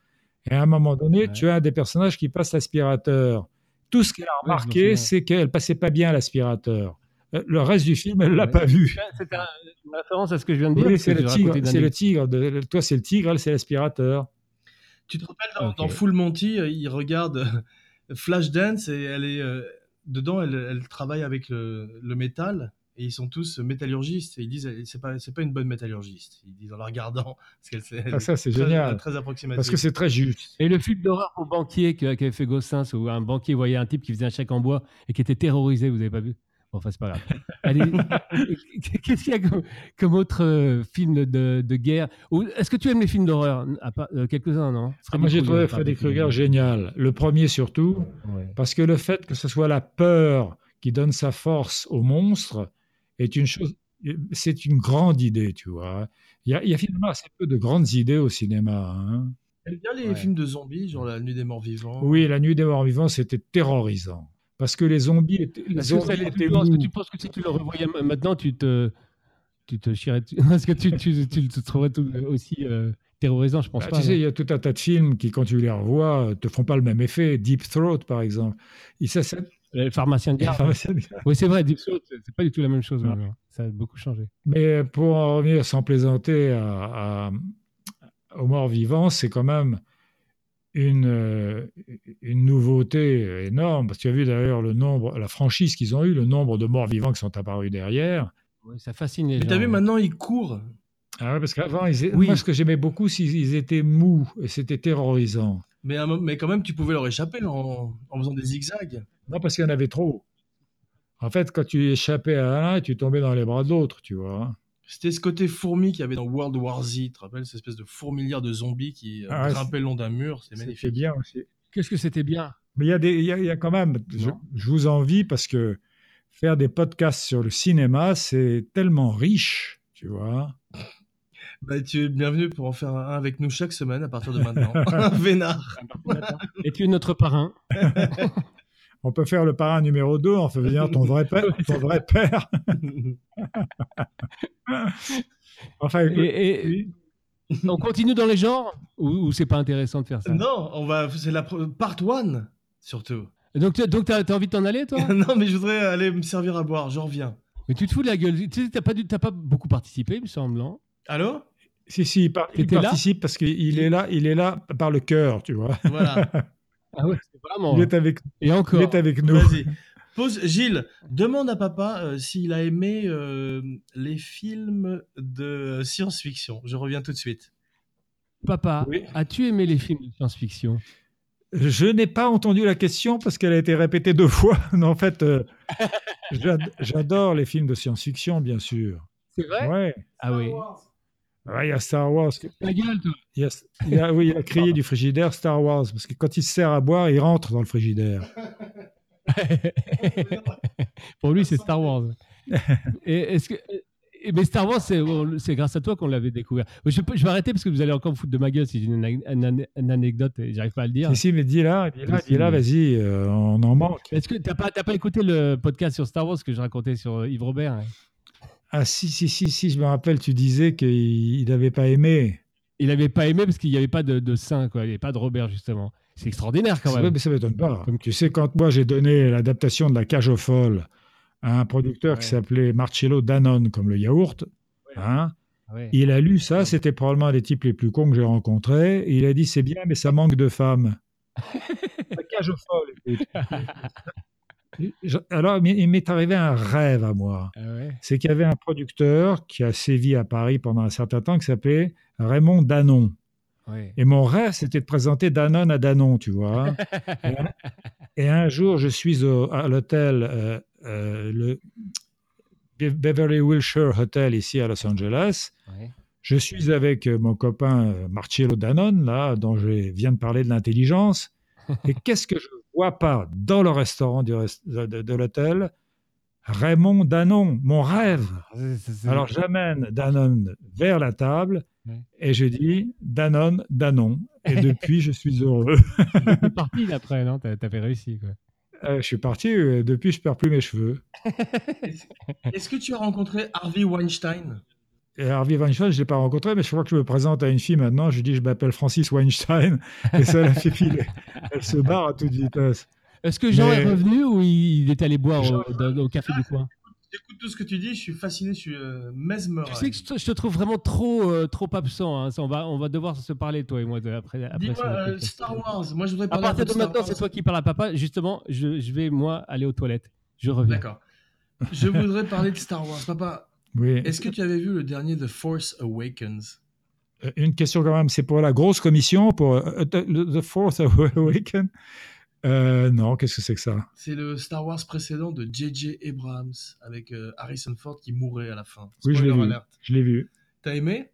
Speaker 1: Et à un moment donné,
Speaker 2: Ouais.
Speaker 1: tu as un des personnages qui passe l'aspirateur. Tout ce qu'elle a
Speaker 2: Ouais, je m'en
Speaker 1: remarqué,
Speaker 2: souviens.
Speaker 1: c'est qu'elle passait pas bien l'aspirateur. Euh, Le reste du film, elle l'a
Speaker 3: Ouais.
Speaker 1: pas vu.
Speaker 2: C'est un- une référence à ce que je viens de dire.
Speaker 1: Oui,
Speaker 2: parce
Speaker 1: c'est
Speaker 2: que
Speaker 1: le
Speaker 2: j'ai
Speaker 1: tigre.
Speaker 2: raconté
Speaker 1: C'est
Speaker 2: d'un-
Speaker 1: le tigre. de- le- toi, c'est le tigre. Elle, c'est l'aspirateur.
Speaker 3: Tu te rappelles
Speaker 1: Ah,
Speaker 3: dans,
Speaker 2: Ok.
Speaker 3: dans Full Monty, euh, il regarde euh, Flashdance et elle est euh, dedans, elle, elle travaille avec le, le métal et ils sont tous métallurgistes et ils disent elle- c'est pas c'est pas une bonne métallurgiste. Ils disent en la regardant parce qu'elle c'est
Speaker 1: Ah, ça, c'est
Speaker 3: très,
Speaker 1: génial.
Speaker 3: très approximative.
Speaker 1: Parce que c'est très juste.
Speaker 2: Et le film d'horreur au banquier que- qu'avait fait Gossens, où un banquier voyait un type qui faisait un chèque en bois et qui était terrorisé, vous n'avez pas vu Bon, enfin, c'est pas grave. Allez, qu'est-ce qu'il y a comme, comme autre euh, film de, de guerre Ou- Est-ce que tu aimes les films d'horreur À part- euh, Quelques-uns, non
Speaker 1: Ah, moi, j'ai trouvé Freddy
Speaker 2: Freddy
Speaker 1: Krueger génial. Le premier surtout,
Speaker 2: Ouais.
Speaker 1: parce que le fait que ce soit la peur qui donne sa force au monstre est une chose. C'est une grande idée, tu vois. Il y a, il y a finalement assez peu de grandes idées au cinéma. hein.
Speaker 3: J'aime bien les
Speaker 2: Ouais.
Speaker 3: films de zombies, genre La Nuit des Morts Vivants.
Speaker 1: Oui, La Nuit des Morts Vivants, c'était terrorisant. Parce que les zombies étaient.
Speaker 2: Est-ce
Speaker 1: Les
Speaker 2: que,
Speaker 1: zombies
Speaker 2: ça allait
Speaker 1: étaient
Speaker 2: plus loin Est-ce que
Speaker 1: mous.
Speaker 2: tu penses que si tu le revoyais ma- maintenant, tu te, tu te chierais dessus Est-ce que tu, tu, tu le trouverais tout- aussi euh, terrorisant Je pense
Speaker 1: Bah,
Speaker 2: pas. hein.
Speaker 1: tu sais,
Speaker 2: non.
Speaker 1: il y a tout un tas de films qui, quand tu les revois, euh, te font pas le même effet. Deep Throat, par exemple. Il ça, ça-
Speaker 2: Le pharmacien de garde. Oui, c'est vrai, Deep Throat, c'est c'est pas du tout la même chose.
Speaker 1: Non.
Speaker 2: maintenant. Ça a beaucoup changé.
Speaker 1: Mais euh, pour en revenir sans plaisanter à, à- aux morts vivants, c'est quand même une, euh, une nouveauté euh, énorme. Parce que tu as vu d'ailleurs le nombre, la franchise qu'ils ont eue, le nombre de morts vivants qui sont apparus derrière.
Speaker 2: Ouais, ça fascine les
Speaker 3: Mais
Speaker 2: gens.
Speaker 3: t'as vu
Speaker 2: ouais.
Speaker 3: maintenant ils courent.
Speaker 1: Ah ouais, parce qu'avant, ils é-
Speaker 2: Oui.
Speaker 1: moi, ce que j'aimais beaucoup, c'est qu'ils étaient mous et c'était terrorisant.
Speaker 3: Mais, un mo- mais quand même, tu pouvais leur échapper en, en faisant des zigzags.
Speaker 1: Non, parce qu'il y en avait trop. En fait, quand tu échappais à l'un, tu tombais dans les bras de l'autre, tu vois.
Speaker 3: C'était ce côté fourmi qu'il y avait dans World War Z, tu te rappelles, cette espèce de fourmilière de zombies qui euh,
Speaker 1: Ah ouais,
Speaker 3: grimpaient le long d'un mur, c'est magnifique.
Speaker 1: C'était bien aussi.
Speaker 2: Qu'est-ce que c'était bien
Speaker 1: Mais il y, a des- il y a, il y a quand même, je,
Speaker 2: Non.
Speaker 1: je vous envie parce que faire des podcasts sur le cinéma, c'est tellement riche, tu vois.
Speaker 3: Bah, tu es bienvenu pour en faire un avec nous chaque semaine à partir de maintenant. Vénard.
Speaker 2: Et tu es notre parrain.
Speaker 1: On peut faire le parrain numéro 2 en faisant ton vrai père. ton vrai père. Enfin, euh,
Speaker 2: Et, et- on continue dans les genres ou, ou c'est pas intéressant de faire ça
Speaker 3: non, on va, c'est la pre- part one surtout.
Speaker 2: Donc, tu donc t'as as envie de t'en aller, toi
Speaker 3: non, mais je voudrais aller me servir à boire. Je reviens.
Speaker 2: Mais tu te fous de la gueule. Tu sais, t'as pas, dû- t'as pas beaucoup participé, il me semble. hein.
Speaker 3: Allô
Speaker 1: si, si, il, par- il
Speaker 2: T'étais là
Speaker 1: participe parce qu'il est là, il est là par le cœur, tu vois.
Speaker 3: Voilà.
Speaker 2: Ah ouais, c'est vraiment.
Speaker 1: Il est avec,
Speaker 2: Et
Speaker 1: il
Speaker 2: encore.
Speaker 1: est avec nous.
Speaker 3: Vas-y. Pose Gilles. Demande à papa euh, s'il a aimé euh, les films de euh, science-fiction. Je reviens tout de suite.
Speaker 2: Papa,
Speaker 1: Oui.
Speaker 2: as-tu aimé les films de science-fiction
Speaker 1: Je n'ai pas entendu la question parce qu'elle a été répétée deux fois. Mais en fait, euh, j'ad- j'adore les films de science-fiction, bien sûr.
Speaker 2: C'est vrai
Speaker 1: Ouais.
Speaker 2: Ah oui.
Speaker 1: Ouais, il y a Star Wars.
Speaker 2: Ta gueule, toi.
Speaker 1: Il y a, il y a- oui, il a crié du frigidaire Star Wars, parce que quand il se sert à boire, il rentre dans le frigidaire.
Speaker 2: Pour lui, c'est Star Wars. Et est-ce que. et- Mais Star Wars, c'est on- c'est grâce à toi qu'on l'avait découvert. Je, peux- je vais arrêter parce que vous allez encore me foutre de ma gueule si j'ai une, an- une an- une anecdote et j'arrive pas à le dire.
Speaker 1: Ici, mais dis-là, dis-là,
Speaker 2: Ici,
Speaker 1: dis-là,
Speaker 2: mais-
Speaker 1: vas-y, euh, on en manque.
Speaker 2: Est-ce que t'as pas, t'as pas écouté le podcast sur Star Wars que je racontais sur euh, Yves Robert hein
Speaker 1: Ah si, si, si, si, je me rappelle, tu disais qu'il n'avait pas aimé.
Speaker 2: Il avait pas aimé parce qu'il n'y avait pas de, de saint, quoi. Il n'y avait pas de Robert, justement. C'est extraordinaire quand
Speaker 1: Ça
Speaker 2: même.
Speaker 1: mais ça m'étonne pas.
Speaker 2: Comme-
Speaker 1: Tu sais, quand moi j'ai donné l'adaptation de La Cage aux Folles à un producteur qui
Speaker 2: Ouais.
Speaker 1: s'appelait Marcello Danone, comme le yaourt, hein,
Speaker 2: Ah Ouais.
Speaker 1: il a lu ça, c'était probablement un des types les plus cons que j'ai rencontrés, et il a dit c'est bien, mais ça manque de femmes. La cage aux folles. écoute. Je- Alors, mais il m'est arrivé un rêve à moi.
Speaker 2: Ah ouais.
Speaker 1: C'est qu'il y avait un producteur qui a sévi à Paris pendant un certain temps qui s'appelait Raymond Danon.
Speaker 2: Ouais.
Speaker 1: Et mon rêve, c'était de présenter Danone à Danon, tu vois. et, un, et un jour, je suis au- à l'hôtel, euh, euh, le Be- Beverly Wilshire Hotel, ici à Los Angeles.
Speaker 2: Ouais.
Speaker 1: Je suis avec euh, mon copain euh, Marcello Danone, là, dont je viens de parler de l'intelligence. Et qu'est-ce que je vois pas dans le restaurant du rest- de, de- de l'hôtel Raymond Danon, mon rêve.
Speaker 2: Ah, C'est- c'est- c'est-
Speaker 1: Alors j'amène Danone vers la table
Speaker 2: Mm. Ouais.
Speaker 1: et je dis Danone, Danon. Et depuis, je suis heureux.
Speaker 2: T'es parti là, après, non T'as- T'avais réussi, quoi.
Speaker 1: Euh, je suis parti, euh, depuis, je perds plus mes cheveux.
Speaker 3: Est-ce que tu as rencontré Harvey Weinstein
Speaker 1: Et Harvey Weinstein, je ne l'ai pas rencontré, mais je crois que je me présente à une fille maintenant. Je dis, je m'appelle Francis Weinstein. Et ça la fait filer. Elle se barre à toute vitesse.
Speaker 2: Est-ce que Jean
Speaker 1: Mais-
Speaker 2: est revenu ou il est allé boire
Speaker 1: Jean-
Speaker 2: au, dans- au café du coin
Speaker 3: J'écoute tout ce que tu dis, je suis fasciné, je suis euh, mesmer.
Speaker 2: Tu sais que je te, je te trouve vraiment trop, euh, trop absent. hein. Ça, on, va, on va devoir se parler, toi et moi, de- après, après
Speaker 3: Dis-moi,
Speaker 2: ce
Speaker 3: euh,
Speaker 2: podcast.
Speaker 3: Star Wars, moi je voudrais
Speaker 2: À
Speaker 3: parler
Speaker 2: partir
Speaker 3: peu
Speaker 2: de
Speaker 3: Star
Speaker 2: maintenant,
Speaker 3: Wars.
Speaker 2: c'est toi qui parles à papa. Justement, je, je vais, moi, aller aux toilettes. Je reviens.
Speaker 3: D'accord. Je voudrais parler de Star Wars. Papa,
Speaker 1: Oui.
Speaker 3: est-ce que tu avais vu le dernier The Force Awakens
Speaker 1: Euh, Une question quand même, c'est pour la grosse commission, pour euh, The, the Fourth Awaken. Euh, non, qu'est-ce que c'est que ça
Speaker 3: C'est le Star Wars précédent de J.J. Abrams avec euh, Harrison Ford qui mourait à la fin.
Speaker 1: Oui, je l'ai
Speaker 3: Spoiler
Speaker 1: vu.
Speaker 3: alert.
Speaker 1: Je l'ai vu.
Speaker 3: T'as aimé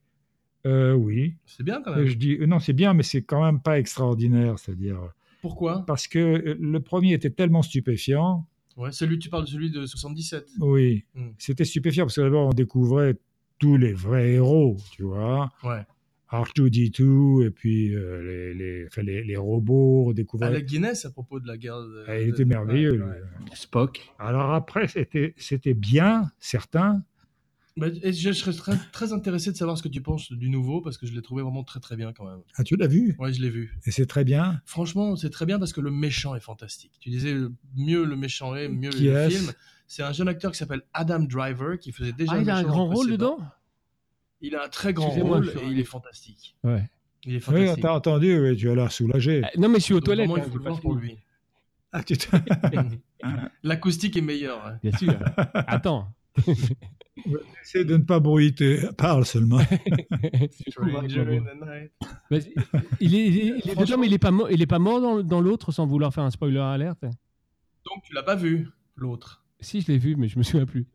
Speaker 1: Euh, oui.
Speaker 3: C'est bien quand
Speaker 1: Euh,
Speaker 3: même.
Speaker 1: Je dis, euh, non, c'est bien, mais c'est quand même pas extraordinaire, c'est-à-dire. euh,
Speaker 3: Pourquoi
Speaker 1: Parce que euh, le premier était tellement stupéfiant.
Speaker 3: ouais, Celui, tu parles de celui de 77.
Speaker 1: Oui.
Speaker 3: Mm.
Speaker 1: C'était stupéfiant parce que d'abord, on découvrait tous les vrais héros, tu vois.
Speaker 3: Ouais.
Speaker 1: R2D2, et puis euh, les, les, enfin, les, les robots, on découvrait.
Speaker 3: Alec Guinness à propos de la guerre. de-
Speaker 1: Ah, il
Speaker 3: de-
Speaker 1: était
Speaker 3: de-
Speaker 1: merveilleux.
Speaker 3: euh, ouais.
Speaker 1: lui.
Speaker 4: Spock.
Speaker 1: Alors après, c'était c'était bien, certain.
Speaker 3: Bah, et je, je serais très, très intéressé de savoir ce que tu penses du nouveau parce que je l'ai trouvé vraiment très très bien quand même.
Speaker 1: Ah, tu l'as vu
Speaker 3: Ouais, je l'ai vu.
Speaker 1: Et c'est très bien.
Speaker 3: Franchement, c'est très bien parce que le méchant est fantastique. Tu disais le- mieux le méchant est, mieux
Speaker 1: Qui
Speaker 3: le
Speaker 1: est-ce
Speaker 3: film. C'est un jeune acteur qui s'appelle Adam Driver qui faisait déjà.
Speaker 2: Ah,
Speaker 3: le
Speaker 2: il a un
Speaker 3: méchant dans
Speaker 2: grand
Speaker 3: le
Speaker 2: rôle
Speaker 3: précédent.
Speaker 2: dedans
Speaker 3: Il a un très grand
Speaker 2: Excusez-moi,
Speaker 3: rôle
Speaker 2: je suis-
Speaker 3: et il est fantastique.
Speaker 2: Ouais.
Speaker 3: Il est
Speaker 1: Oui,
Speaker 3: fantastique.
Speaker 1: t'as entendu, oui, tu as l'air soulagé.
Speaker 2: Euh, Non, mais je suis aux
Speaker 3: Donc,
Speaker 2: toilettes.
Speaker 3: vraiment,
Speaker 2: hein,
Speaker 3: il faut
Speaker 2: j'ai
Speaker 3: le
Speaker 2: pas
Speaker 3: voir
Speaker 2: fini.
Speaker 3: pour lui.
Speaker 1: Ah, tu te-
Speaker 3: L'acoustique est meilleure. hein. ouais.
Speaker 2: Bien sûr. Attends.
Speaker 1: Essaie de ne pas bruiter, parle seulement.
Speaker 2: Je trouve, hein,
Speaker 3: Stranger
Speaker 2: bon.
Speaker 3: in the night.
Speaker 2: Vas-y. il est, il est- il est
Speaker 3: Franchement-
Speaker 2: dedans, mais il est pas, mo- il est pas mort dans, dans l'autre sans vouloir faire un spoiler alerte.
Speaker 3: Donc tu l'as pas vu l'autre.
Speaker 2: Si, je l'ai vu, mais je me souviens plus.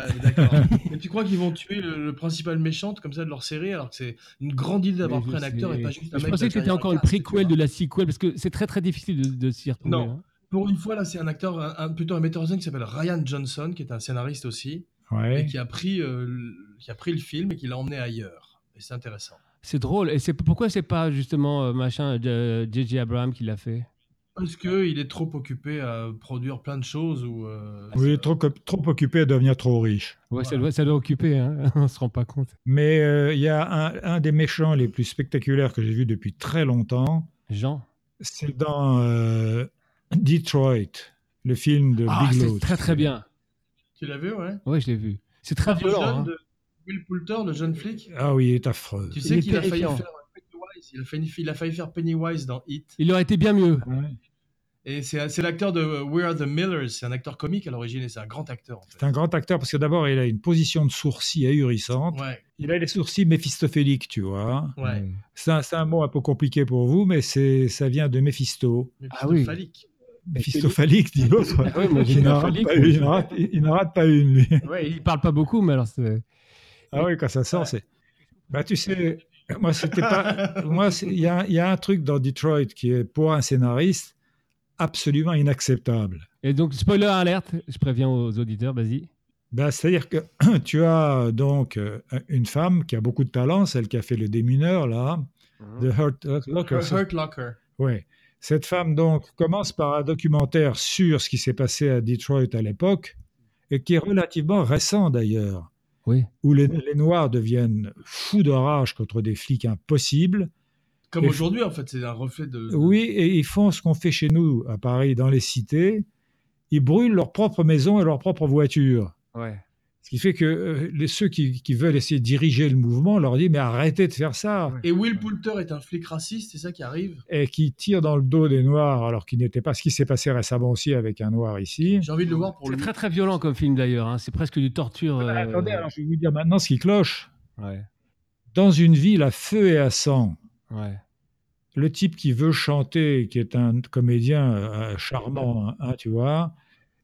Speaker 3: Euh, D'accord. Mais tu crois qu'ils vont tuer le, le principal méchant comme ça de leur série alors que c'est une grande idée d'avoir
Speaker 2: Mais
Speaker 3: pris
Speaker 2: je
Speaker 3: un acteur
Speaker 2: sais.
Speaker 3: et pas juste un
Speaker 2: Je
Speaker 3: mec.
Speaker 2: pensais que
Speaker 3: derrière
Speaker 2: c'était encore une
Speaker 3: casque, tu vois.
Speaker 2: préquel de la sequel parce que c'est très très difficile de, de s'y retrouver.
Speaker 3: Non.
Speaker 2: hein.
Speaker 3: Pour une fois, là, c'est un acteur, un- un- plutôt un metteur en scène qui s'appelle Ryan Johnson, qui est un scénariste aussi, et
Speaker 1: Ouais.
Speaker 3: qui a pris, euh, le- qui a pris le film et qui l'a emmené ailleurs. Et c'est intéressant.
Speaker 2: C'est drôle. Et c'est pourquoi c'est pas justement euh, machin euh, JJ Abraham qui l'a fait.
Speaker 3: Parce que il est trop occupé à produire plein de choses ou. euh,
Speaker 1: Oui,
Speaker 3: ça-
Speaker 1: trop, co- trop occupé à devenir trop riche.
Speaker 2: Ouais, ça,
Speaker 3: Voilà.
Speaker 2: doit, ça doit occuper. Hein. On se rend pas compte.
Speaker 1: Mais euh, il y a un, un des méchants les plus spectaculaires que j'ai vu depuis très longtemps.
Speaker 2: Jean.
Speaker 1: C'est dans euh, Detroit, le film de
Speaker 2: Ah,
Speaker 1: Bigelow.
Speaker 2: c'est très très bien.
Speaker 3: Tu l'as vu, ouais.
Speaker 2: Ouais, je l'ai vu. C'est très
Speaker 3: Le
Speaker 2: violent.
Speaker 3: Ah, jeune
Speaker 2: hein.
Speaker 3: de Will Poulter, le jeune flic.
Speaker 1: Ah oui, il est affreux.
Speaker 3: Tu
Speaker 2: Euh, Il
Speaker 3: sais
Speaker 2: est
Speaker 3: qu'il a failli
Speaker 2: terrifiant.
Speaker 3: faire Pennywise. Il a failli, il a failli faire Pennywise dans Hit.
Speaker 2: Il aurait été bien mieux.
Speaker 1: Ouais.
Speaker 3: Et c'est euh, c'est l'acteur de We Are the Millers. C'est un acteur comique à l'origine et c'est un grand acteur. En fait.
Speaker 1: C'est un grand acteur parce que d'abord, il a une position de sourcil ahurissante.
Speaker 3: Ouais,
Speaker 1: Il a les sourcils méphistophéliques, tu vois.
Speaker 3: ouais.
Speaker 2: Mm.
Speaker 1: C'est un, c'est un mot un peu compliqué pour vous, mais c'est, ça vient de Méphisto.
Speaker 3: Mais
Speaker 2: Ah oui.
Speaker 3: phallique.
Speaker 1: Méphistophalique, dit l'autre.
Speaker 2: Ah oui, moi, j'ai
Speaker 1: Il n'en
Speaker 2: bien
Speaker 1: rate
Speaker 2: fallu
Speaker 1: pas
Speaker 2: que-
Speaker 1: une, il n'en rate- il n'en rate pas une, lui.
Speaker 2: Ouais, il parle pas beaucoup, mais alors c'est.
Speaker 1: Ah oui, quand ça sort, c'est. Bah, tu sais, moi, c'était pas. Moi, c'est- il y a, il y a un truc dans Detroit qui est, pour un scénariste, absolument inacceptable.
Speaker 2: Et donc, spoiler alerte, je préviens aux auditeurs, vas-y.
Speaker 1: Bah, C'est-à-dire que tu as euh, donc euh, une femme qui a beaucoup de talent, celle qui a fait le démineur, là, de Hurt Hurt Locker.
Speaker 3: Hurt- Hurt Locker.
Speaker 1: Ouais. Cette femme, donc, commence par un documentaire sur ce qui s'est passé à Detroit à l'époque, et qui est relativement récent d'ailleurs,
Speaker 2: Oui.
Speaker 1: où les, les Noirs deviennent fous de rage contre des flics impossibles.
Speaker 3: Comme
Speaker 1: Et-
Speaker 3: aujourd'hui, en fait, c'est un reflet de.
Speaker 1: Oui, et ils font ce qu'on fait chez nous à Paris, dans les cités. Ils brûlent leur propre maison et leur propre voiture.
Speaker 2: Ouais.
Speaker 1: Ce qui fait que euh, les, ceux qui, qui veulent essayer de diriger le mouvement leur disent Mais arrêtez de faire ça
Speaker 3: Et Will Poulter est un flic raciste, c'est ça qui arrive
Speaker 1: Et qui tirent dans le dos des Noirs alors qu'ils n'étaient pas. Ce qui s'est passé récemment aussi avec un Noir ici.
Speaker 3: J'ai envie de le voir pour
Speaker 2: C'est
Speaker 3: lui.
Speaker 2: très très violent comme film d'ailleurs. hein. C'est presque du torture.
Speaker 1: Ah,
Speaker 2: euh,
Speaker 1: Attendez, alors je vais vous dire maintenant ce qui cloche.
Speaker 2: Ouais.
Speaker 1: Dans une ville à feu et à sang,
Speaker 2: Ouais.
Speaker 1: le type qui veut chanter, qui est un comédien euh, charmant, hein, tu vois,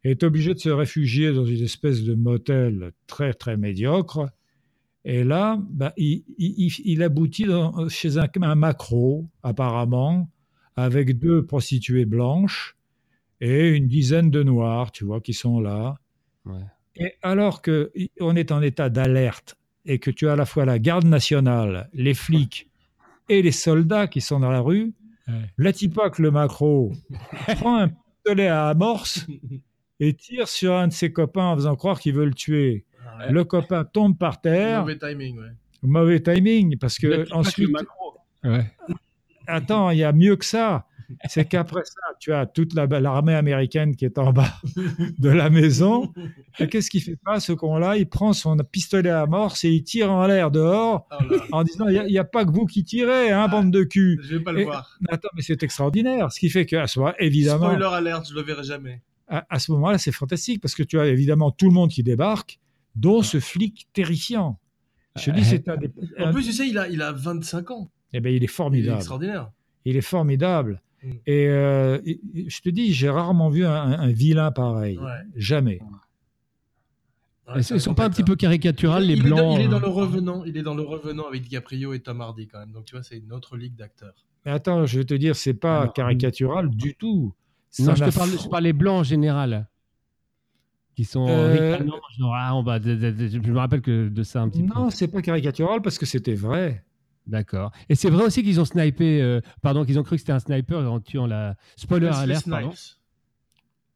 Speaker 1: est obligé de se réfugier dans une espèce de motel très, très médiocre. Et là, bah, il, il- il- il aboutit dans- chez un, un macro, apparemment, avec deux prostituées blanches et une dizaine de noirs, tu vois, qui sont là.
Speaker 2: Ouais.
Speaker 1: Et alors que i- on est en état d'alerte et que tu as à la fois la garde nationale, les flics et les soldats qui sont dans la rue,
Speaker 2: Ouais.
Speaker 1: la Tipac, le macro, prend un pistolet à amorce et tire sur un de ses copains en faisant croire qu'il veut le tuer.
Speaker 3: Ah,
Speaker 1: Le copain tombe par terre,
Speaker 3: Mauvais timing, ouais.
Speaker 1: mauvais timing, parce que ensuite,
Speaker 2: Ouais.
Speaker 1: attends, il y a mieux que ça. c'est qu'après ça, tu as toute la- l'armée américaine qui est en bas de la maison. Et qu'est-ce qu'il fait pas, ce con-là Il prend son pistolet à amorce et il tire en l'air dehors
Speaker 3: Oh là,
Speaker 1: en disant il n'y a, pas que vous qui tirez, hein, bande de cul.
Speaker 3: je vais pas le
Speaker 1: Et-
Speaker 3: voir.
Speaker 1: Attends, mais c'est extraordinaire. Ce qui fait qu'à ce moment évidemment,
Speaker 3: Spoiler alert, je le verrai jamais.
Speaker 1: à, à ce moment-là, c'est fantastique parce que tu as évidemment tout le monde qui débarque, dont ce flic terrifiant. Je te
Speaker 2: Euh,
Speaker 1: dis, c'est un des.
Speaker 3: En
Speaker 1: un-
Speaker 3: plus, tu sais, il a, il a 25 ans.
Speaker 1: eh ben, il est
Speaker 3: Il est
Speaker 1: formidable.
Speaker 3: extraordinaire.
Speaker 1: Il est formidable.
Speaker 3: Mm.
Speaker 1: Et euh, et- et je te dis, j'ai rarement vu un, un- un vilain pareil.
Speaker 3: Ouais.
Speaker 1: Jamais.
Speaker 3: Ouais,
Speaker 2: Ils
Speaker 3: c'est
Speaker 2: sont pas un
Speaker 3: grand
Speaker 2: petit peu caricaturales,
Speaker 3: acteur.
Speaker 2: les
Speaker 3: il,
Speaker 2: blancs
Speaker 3: Est dans, il est dans
Speaker 2: hein.
Speaker 3: le revenant. Il est dans le revenant avec DiCaprio et Tom Hardy quand même. Donc tu vois, c'est une autre ligue d'acteurs.
Speaker 1: Mais attends, je vais te dire, c'est pas
Speaker 2: Alors,
Speaker 1: caricatural du tout. Ça
Speaker 2: Non, je
Speaker 1: n'a
Speaker 2: te parle,
Speaker 1: fr-
Speaker 2: je parle les blancs en général. Qui sont
Speaker 1: Euh,
Speaker 2: ricanants, genre, ah, on va- Je me rappelle que de ça un petit peu.
Speaker 1: Non, c'est pas caricatural parce que c'était vrai.
Speaker 2: D'accord. Et c'est vrai aussi qu'ils ont snipé, euh, pardon, qu'ils ont cru que c'était un sniper en tuant la. Spoiler
Speaker 3: Wesley
Speaker 2: alert,
Speaker 3: Snipes.
Speaker 2: pardon.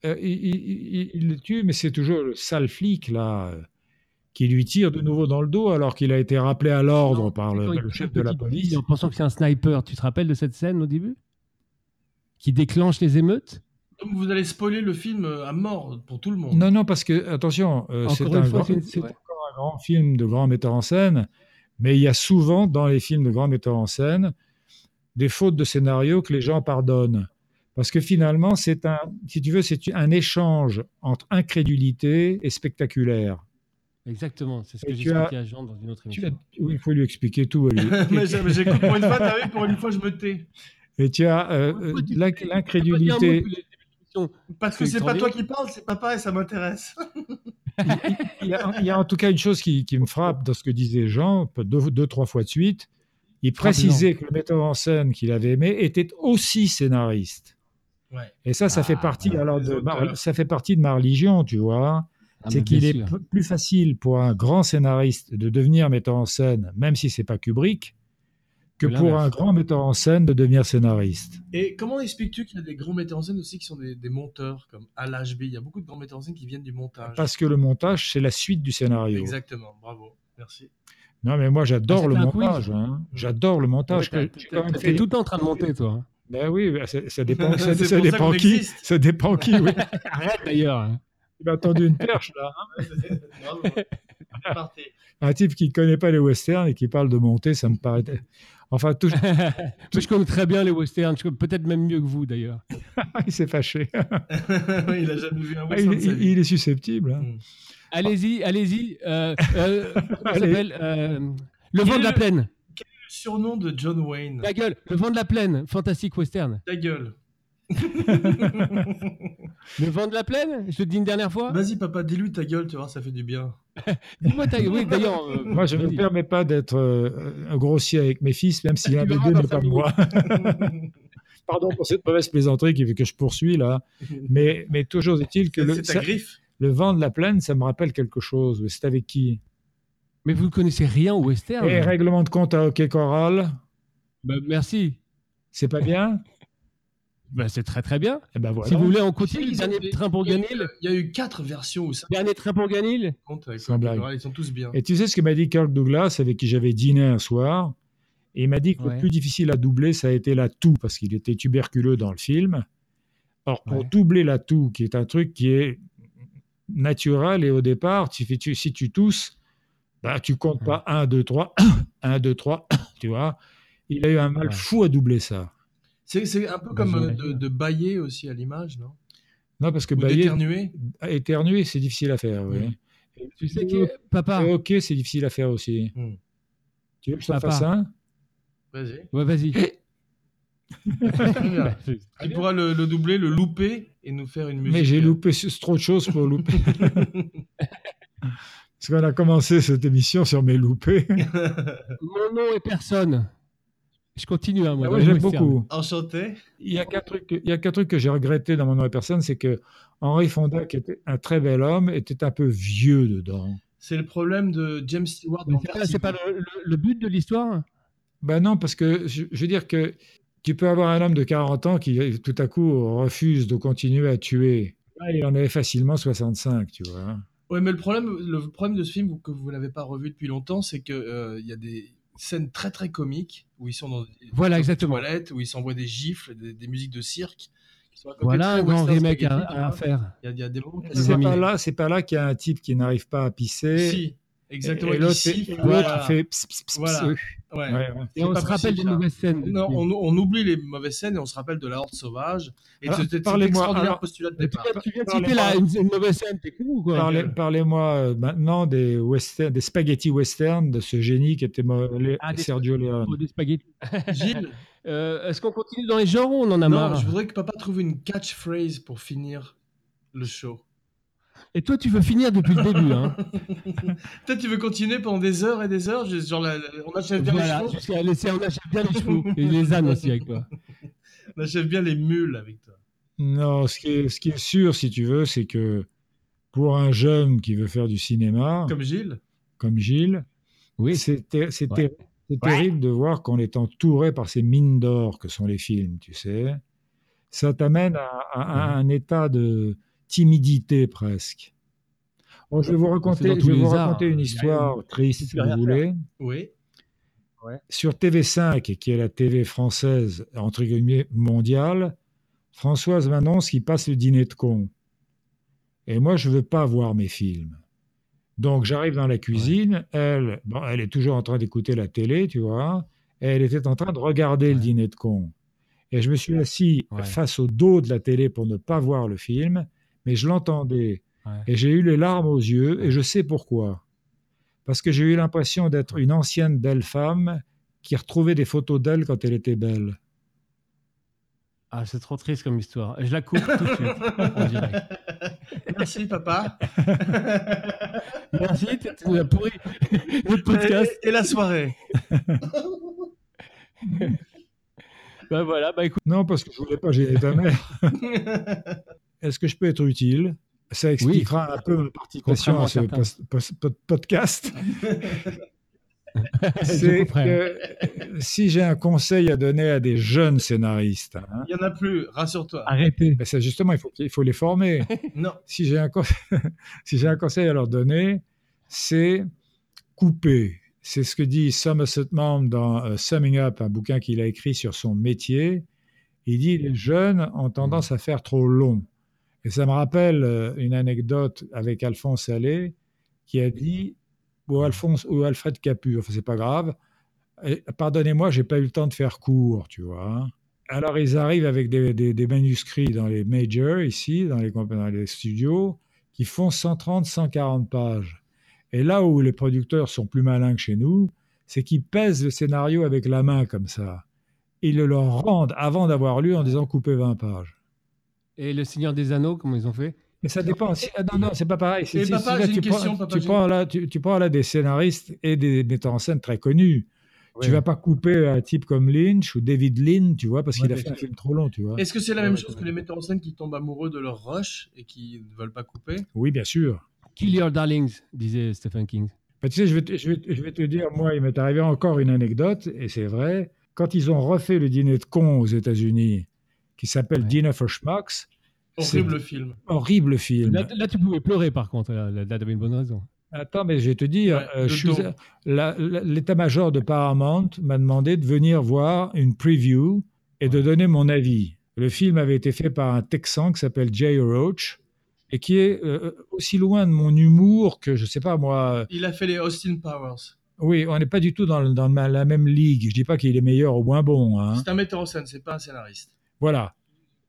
Speaker 1: Euh, il, il- il- il le tue, mais c'est toujours le sale flic là euh, qui lui tire de nouveau dans le dos alors qu'il a été rappelé à l'ordre
Speaker 2: Non,
Speaker 1: par
Speaker 2: c'est
Speaker 1: le,
Speaker 2: quand
Speaker 1: par
Speaker 2: il
Speaker 1: le
Speaker 2: tue
Speaker 1: chef
Speaker 2: une
Speaker 1: de la
Speaker 2: petite
Speaker 1: police.
Speaker 2: fille En pensant que c'est un sniper, tu te rappelles de cette scène au début Qui déclenche les émeutes
Speaker 3: Donc vous allez spoiler le film euh, à mort pour tout le monde.
Speaker 1: Non, non, parce que attention, euh,
Speaker 2: Encore
Speaker 1: c'est
Speaker 2: une
Speaker 1: un,
Speaker 2: fois,
Speaker 1: grand-
Speaker 2: c'est une-
Speaker 1: c'est
Speaker 2: ouais.
Speaker 1: encore un grand film de grand metteur en scène, mais il y a souvent dans les films de grand metteur en scène des fautes de scénario que les gens pardonnent. Parce que finalement, c'est un, si tu veux, c'est un échange entre incrédulité et spectaculaire.
Speaker 2: Exactement, c'est ce
Speaker 1: Et
Speaker 2: que
Speaker 1: tu
Speaker 2: j'expliquais à Jean dans une autre
Speaker 1: Tu as-
Speaker 2: émission. Ah,
Speaker 1: oui, il faut lui expliquer tout. à lui.
Speaker 3: Mais j'ai- mais j'ai- pour une fois, t'as vu, pour une fois, je me tais.
Speaker 1: Et tu as euh, euh,
Speaker 2: Pourquoi tu- T'as pas
Speaker 1: l'inc-
Speaker 2: dit un mot
Speaker 1: l'incrédulité.
Speaker 2: depuis le début de l'émission.
Speaker 3: Parce que
Speaker 2: C'est
Speaker 3: c'est pas toi
Speaker 2: extraordinaire.
Speaker 3: qui parles, c'est papa et ça m'intéresse.
Speaker 1: Il y, a, il y a en tout cas une chose qui, qui me frappe dans ce que disait Jean, peu- deux, deux, trois fois de suite. Il précisait que le metteur en scène qu'il avait aimé était aussi scénariste.
Speaker 3: Ouais.
Speaker 1: Et ça, ça,
Speaker 2: Ah,
Speaker 1: fait, partie,
Speaker 3: voilà,
Speaker 1: alors
Speaker 3: les
Speaker 1: de ma-
Speaker 3: auteurs.
Speaker 1: ça fait partie de ma religion, tu vois.
Speaker 2: Ah, mais
Speaker 1: c'est qu'il
Speaker 2: bien
Speaker 1: est
Speaker 2: sûr.
Speaker 1: p- plus facile pour un grand scénariste de devenir metteur en scène, même si c'est pas Kubrick, que
Speaker 2: Que
Speaker 1: pour
Speaker 2: l'inverse.
Speaker 1: un grand metteur en scène de devenir scénariste.
Speaker 3: Et comment expliques-tu qu'il y a des grands metteurs en scène aussi qui sont des, des monteurs, comme à l'HB Il y a beaucoup de grands metteurs en scène qui viennent du
Speaker 2: Ah,
Speaker 3: montage.
Speaker 1: Parce que le montage, c'est la suite du scénario.
Speaker 3: Exactement, bravo, merci.
Speaker 1: Non, mais moi, j'adore
Speaker 2: Ah,
Speaker 1: le
Speaker 2: c'était un quiz.
Speaker 1: montage. hein. J'adore le
Speaker 2: Ouais,
Speaker 1: montage.
Speaker 2: t'as-
Speaker 1: que- j'ai quand
Speaker 2: t'as-
Speaker 1: même
Speaker 2: T'es
Speaker 1: fait-
Speaker 2: tout le temps en train de monter, toi. hein.
Speaker 1: Ben oui, ben ça, ça dépend, ça,
Speaker 3: C'est
Speaker 1: ça
Speaker 3: pour ça
Speaker 1: dépend
Speaker 3: qu'on
Speaker 1: qui.
Speaker 3: existe.
Speaker 1: Ça dépend qui, oui.
Speaker 2: Arrête d'ailleurs.
Speaker 1: Il m'a tendu une perche, là. hein.
Speaker 3: bravo. Partez.
Speaker 1: Un type qui ne connaît pas les westerns et qui parle de montée, ça me paraît. Enfin, tout...
Speaker 2: Moi, je connais très bien les westerns, je connais peut-être même mieux que vous d'ailleurs.
Speaker 1: il s'est fâché.
Speaker 3: il a jamais vu un
Speaker 1: Ah, il,
Speaker 3: western de sa
Speaker 1: il-
Speaker 3: vie.
Speaker 1: il est susceptible. hein.
Speaker 2: Allez-y, allez-y. euh, euh, comment ça
Speaker 1: Allez.
Speaker 2: s'appelle Euh, Le
Speaker 3: Quel
Speaker 2: vent
Speaker 3: est
Speaker 2: de la
Speaker 3: le-
Speaker 2: plaine.
Speaker 3: Le surnom de John Wayne.
Speaker 2: La gueule, le vent de la plaine, fantastique western.
Speaker 3: Ta gueule.
Speaker 2: Le vent de la plaine, je te le dis une dernière fois.
Speaker 1: Bah,
Speaker 3: Vas-y papa, dis-lui ta gueule, tu vois, ça fait du bien.
Speaker 2: Dis-moi ta Oui, d'ailleurs. euh,
Speaker 1: Moi, je ne me
Speaker 2: vas-y.
Speaker 1: permets pas d'être euh, grossier avec mes fils, même si l'un des
Speaker 2: verras
Speaker 1: deux
Speaker 2: dans
Speaker 1: n'est
Speaker 2: cinq
Speaker 1: pas
Speaker 2: minutes.
Speaker 1: moi. Pardon pour cette mauvaise plaisanterie qui- que je poursuis, là. Mais, mais toujours est-il que
Speaker 3: C'est
Speaker 1: le,
Speaker 3: c'est ta
Speaker 1: ça-
Speaker 3: griffe.
Speaker 1: le vent de la plaine, ça me rappelle quelque chose. C'est avec qui
Speaker 2: Mais vous ne connaissez rien au western.
Speaker 1: Et règlement de compte à hockey Coral,
Speaker 2: Bah, merci.
Speaker 1: c'est pas bien
Speaker 2: Bah, c'est très très bien.
Speaker 1: Eh ben voilà.
Speaker 2: Si vous voulez, on
Speaker 3: Tu sais
Speaker 2: continue. Le
Speaker 3: qu'ils ont
Speaker 2: dernier
Speaker 3: fait-
Speaker 2: train pour
Speaker 3: Il y a eu-
Speaker 2: Ganil.
Speaker 3: il y a eu quatre versions ou cinq
Speaker 2: Dernier train pour Ganil.
Speaker 3: comptes avec
Speaker 1: Sans blague.
Speaker 3: Coral, Ils sont tous bien.
Speaker 1: Et tu sais ce que m'a dit Kirk Douglas, avec qui j'avais dîné un soir Et il m'a dit que
Speaker 2: Ouais.
Speaker 1: le plus difficile à doubler, ça a été la toux, parce qu'il était tuberculeux dans le film. Or, pour
Speaker 2: Ouais.
Speaker 1: doubler la toux, qui est un truc qui est naturel, et au départ, tu fais- tu- si tu tousses, bah, tu comptes pas 1, 2, 3, 1, 2, 3, tu vois. Il a eu un mal
Speaker 2: Ouais.
Speaker 1: fou à doubler ça.
Speaker 3: C'est c'est un peu
Speaker 2: Bah,
Speaker 3: comme euh,
Speaker 2: j'imagine.
Speaker 3: de, de bailler aussi à l'image, non
Speaker 1: Non, parce que
Speaker 3: Ou
Speaker 1: Bayer,
Speaker 3: d'éternuer.
Speaker 1: éternuer, c'est difficile à faire. oui.
Speaker 3: Oui.
Speaker 2: Tu sais qui est- Papa.
Speaker 1: Et ok, c'est difficile à faire aussi.
Speaker 3: Hmm.
Speaker 1: Tu veux que je te
Speaker 2: Papa.
Speaker 1: fasse un
Speaker 3: Vas-y.
Speaker 2: Ouais, vas-y. Bah,
Speaker 3: Très bien. Tu pourras le, le doubler, le louper et nous faire une musique. euh,
Speaker 1: Mais j'ai loupé ce- trop de choses pour louper. Parce qu'on a commencé cette émission sur mes loupés.
Speaker 2: Mon nom est personne. Je continue, hein, moi.
Speaker 1: Ah
Speaker 2: dans
Speaker 1: ouais,
Speaker 2: le
Speaker 1: J'aime
Speaker 2: western.
Speaker 1: beaucoup.
Speaker 3: Enchanté.
Speaker 1: Il y a qu'un truc, il y a qu'un truc que j'ai regretté dans mon nom à personne, c'est que Henri Fonda, qui était un très bel homme, était un peu vieux dedans.
Speaker 3: C'est le problème de James Stewart.
Speaker 2: Mais
Speaker 3: dans
Speaker 2: c'est pas-
Speaker 3: Vertigo.
Speaker 2: C'est pas, le, le- le but de l'histoire.
Speaker 1: Ben non, parce que je, je veux dire que tu peux avoir un homme de 40 ans qui tout à coup refuse de continuer à tuer. Là, il en avait facilement 65, tu vois.
Speaker 3: Ouais, mais le problème, le problème de ce film que vous n'avez pas revu depuis longtemps, c'est que euh, il y a des scène très très comique où ils sont dans des,
Speaker 2: Voilà,
Speaker 3: dans des
Speaker 2: exactement.
Speaker 3: toilettes, où ils s'envoient des gifles, des, des musiques de cirque. qui sont à côté
Speaker 2: Voilà
Speaker 3: très
Speaker 2: un grand
Speaker 3: western
Speaker 2: remake à,
Speaker 3: spaghetti, tu
Speaker 2: à
Speaker 3: vois.
Speaker 2: faire.
Speaker 3: Il y, a- il y a des moments.
Speaker 2: Les
Speaker 1: C'est
Speaker 2: amis.
Speaker 1: pas là, c'est pas là qu'il y a un type qui n'arrive pas à pisser.
Speaker 3: Si, exactement.
Speaker 1: Et l'autre
Speaker 3: ici,
Speaker 1: et l'autre
Speaker 3: voilà.
Speaker 1: fait pss, pss, pss,
Speaker 3: Voilà.
Speaker 1: pss.
Speaker 3: Ouais.
Speaker 1: Ouais, ouais.
Speaker 2: Et
Speaker 3: C'est
Speaker 2: on
Speaker 3: pas
Speaker 2: se rappelle
Speaker 3: possible,
Speaker 2: des
Speaker 3: ça.
Speaker 2: nouvelles scènes.
Speaker 3: Non, on, on oublie les mauvaises scènes et on se rappelle de la horde sauvage et de
Speaker 1: Alors,
Speaker 3: cet cet
Speaker 1: parlez-moi,
Speaker 3: extraordinaire
Speaker 1: alors-
Speaker 3: postulat de départ.
Speaker 2: Tu viens de
Speaker 1: Parlez-
Speaker 2: citer là une, une mauvaise scène, t'es con ou quoi
Speaker 1: Parlez- Parlez-moi euh, maintenant des, western, des spaghettis western de ce génie qui était mo- le-
Speaker 2: Ah, des-
Speaker 1: Sergio Leone.
Speaker 2: Pour des spaghettis.
Speaker 3: Gilles,
Speaker 2: Euh, Est-ce qu'on continue dans les genres ou on en a
Speaker 3: non,
Speaker 2: marre
Speaker 3: je voudrais que papa trouve une catchphrase pour finir le show.
Speaker 2: Et toi, tu veux finir depuis le début. Hein.
Speaker 3: Peut-être tu veux continuer pendant des heures et des heures, juste genre la- la- on achève bien
Speaker 2: voilà,
Speaker 3: les chevaux,
Speaker 2: jusqu'à laisser, on achète bien les chevaux et les ânes aussi avec toi.
Speaker 3: on achève bien les mules avec toi.
Speaker 1: Non, ce qui, est, ce qui est sûr, si tu veux, c'est que pour un jeune qui veut faire du cinéma, comme,
Speaker 3: Comme Gilles.
Speaker 1: Gilles,
Speaker 2: Oui,
Speaker 1: c'est ter- c'est
Speaker 2: Ouais.
Speaker 1: ter- c'est terrible de voir qu'on est entouré par ces mines d'or que sont les films, tu sais. Ça t'amène à, à- à un état de timidité presque. Bon, je vais vous
Speaker 2: dans
Speaker 1: raconter,
Speaker 2: tous
Speaker 1: je vais
Speaker 2: les
Speaker 1: vous
Speaker 2: arts,
Speaker 1: raconter
Speaker 2: il y
Speaker 1: une
Speaker 2: a-
Speaker 1: histoire triste, si
Speaker 2: rien à
Speaker 1: vous voulez.
Speaker 3: Oui.
Speaker 1: Sur TV5, qui est la TV française, entre guillemets, mondiale, Françoise m'annonce qu'il passe le dîner de con. Et moi, je veux pas voir mes films. Donc, j'arrive dans la cuisine, elle, bon, elle est toujours en train d'écouter la télé, tu vois, et elle était en train de regarder le
Speaker 2: Ouais.
Speaker 1: dîner de con. Et je me suis assis
Speaker 2: Ouais.
Speaker 1: face au dos de la télé pour ne pas voir le film, mais je l'entendais.
Speaker 2: Ouais.
Speaker 1: Et j'ai eu les larmes aux yeux, et je sais pourquoi. Parce que j'ai eu l'impression d'être une ancienne belle femme qui retrouvait des photos d'elle quand elle était belle.
Speaker 2: ah, c'est trop triste comme histoire. Je la coupe tout de suite. en direct.
Speaker 3: Merci papa.
Speaker 2: Merci, tu tu nous as pourri le podcast.
Speaker 3: Et, et la soirée.
Speaker 2: Bah voilà, bah écoute,
Speaker 1: Non, parce que je voulais pas gêner ta mère. Est-ce que je peux être utile Ça expliquera un peu ma participation
Speaker 2: Contrairement
Speaker 1: à
Speaker 2: à
Speaker 1: ce
Speaker 2: certains.
Speaker 1: pos- pos- pod- podcast.
Speaker 2: je
Speaker 1: C'est
Speaker 2: comprends.
Speaker 1: que si j'ai un conseil à donner à des jeunes scénaristes, hein,
Speaker 3: Il y en a plus, rassure-toi.
Speaker 2: Arrêtez.
Speaker 1: ben c'est justement, il faut, il faut les former.
Speaker 3: Non.
Speaker 1: si j'ai un, conse- si j'ai un conseil à leur donner, c'est couper. C'est ce que dit Somerset Maugham dans euh, Summing Up, un bouquin qu'il a écrit sur son métier. Il dit les jeunes ont tendance à faire trop long. Et ça me rappelle euh, une anecdote avec Alphonse Allais qui a dit ou Alphonse ou Alfred Capu, enfin c'est pas grave. Et, Pardonnez-moi, j'ai pas eu le temps de faire court, tu vois. hein. Alors, ils arrivent avec des, des- des manuscrits dans les majors, ici, dans les, comp- dans les studios, qui font 130, 140 pages. Et là où les producteurs sont plus malins que chez nous, c'est qu'ils pèsent le scénario avec la main, comme ça. Ils le leur rendent avant d'avoir lu en disant couper 20 pages.
Speaker 2: Et le Seigneur des Anneaux, comment ils ont fait
Speaker 1: Mais ça dépend. Si- ah non, non, c'est pas pareil. Si-
Speaker 3: Mais
Speaker 1: si-
Speaker 3: papa,
Speaker 1: si là,
Speaker 3: j'ai
Speaker 1: tu
Speaker 3: une
Speaker 1: prends-
Speaker 3: question, papa,
Speaker 1: tu
Speaker 3: j'ai
Speaker 1: prends là- tu- tu prends là des scénaristes et des metteurs en scène très connus. Tu
Speaker 2: Ouais.
Speaker 1: vas pas couper un type comme Lynch ou David Lynn, tu vois, parce
Speaker 2: Ouais,
Speaker 1: qu'il a
Speaker 2: mais-
Speaker 1: fait un film trop long, tu vois.
Speaker 3: Est-ce que c'est la
Speaker 2: Ouais,
Speaker 3: même
Speaker 2: ouais,
Speaker 3: chose que
Speaker 2: ouais.
Speaker 3: les metteurs en scène qui tombent amoureux de leur rush et qui ne veulent pas couper
Speaker 1: Oui, bien sûr.
Speaker 2: Kill Your Darlings, disait Stephen King.
Speaker 1: Bah, tu sais, je vais, te, je, vais, te- je vais te dire, moi, il m'est arrivé encore une anecdote, et c'est vrai. Quand ils ont refait le dîner de cons aux États-Unis, qui s'appelle
Speaker 2: Ouais.
Speaker 1: Dinner for Schmucks,
Speaker 3: Horrible film.
Speaker 1: horrible
Speaker 2: Là,
Speaker 1: film.
Speaker 2: là, tu pouvais pleurer par contre, là, là, là, t'avais une bonne raison.
Speaker 1: Attends, mais je vais te dire,
Speaker 3: Ouais,
Speaker 1: euh,
Speaker 3: de
Speaker 1: je suis-
Speaker 3: dos.
Speaker 1: la- la- l'état-major de Paramount m'a demandé de venir voir une preview et de donner mon avis. Le film avait été fait par un Texan qui s'appelle Jay Roach et qui est euh, aussi loin de mon humour que, je sais pas moi,
Speaker 3: Il a fait les Austin Powers.
Speaker 1: Oui, on n'est pas du tout dans, le- dans le- la même ligue. Je dis pas qu'il est meilleur ou moins bon. hein.
Speaker 3: C'est un metteur en scène, c'est pas un scénariste.
Speaker 1: Voilà.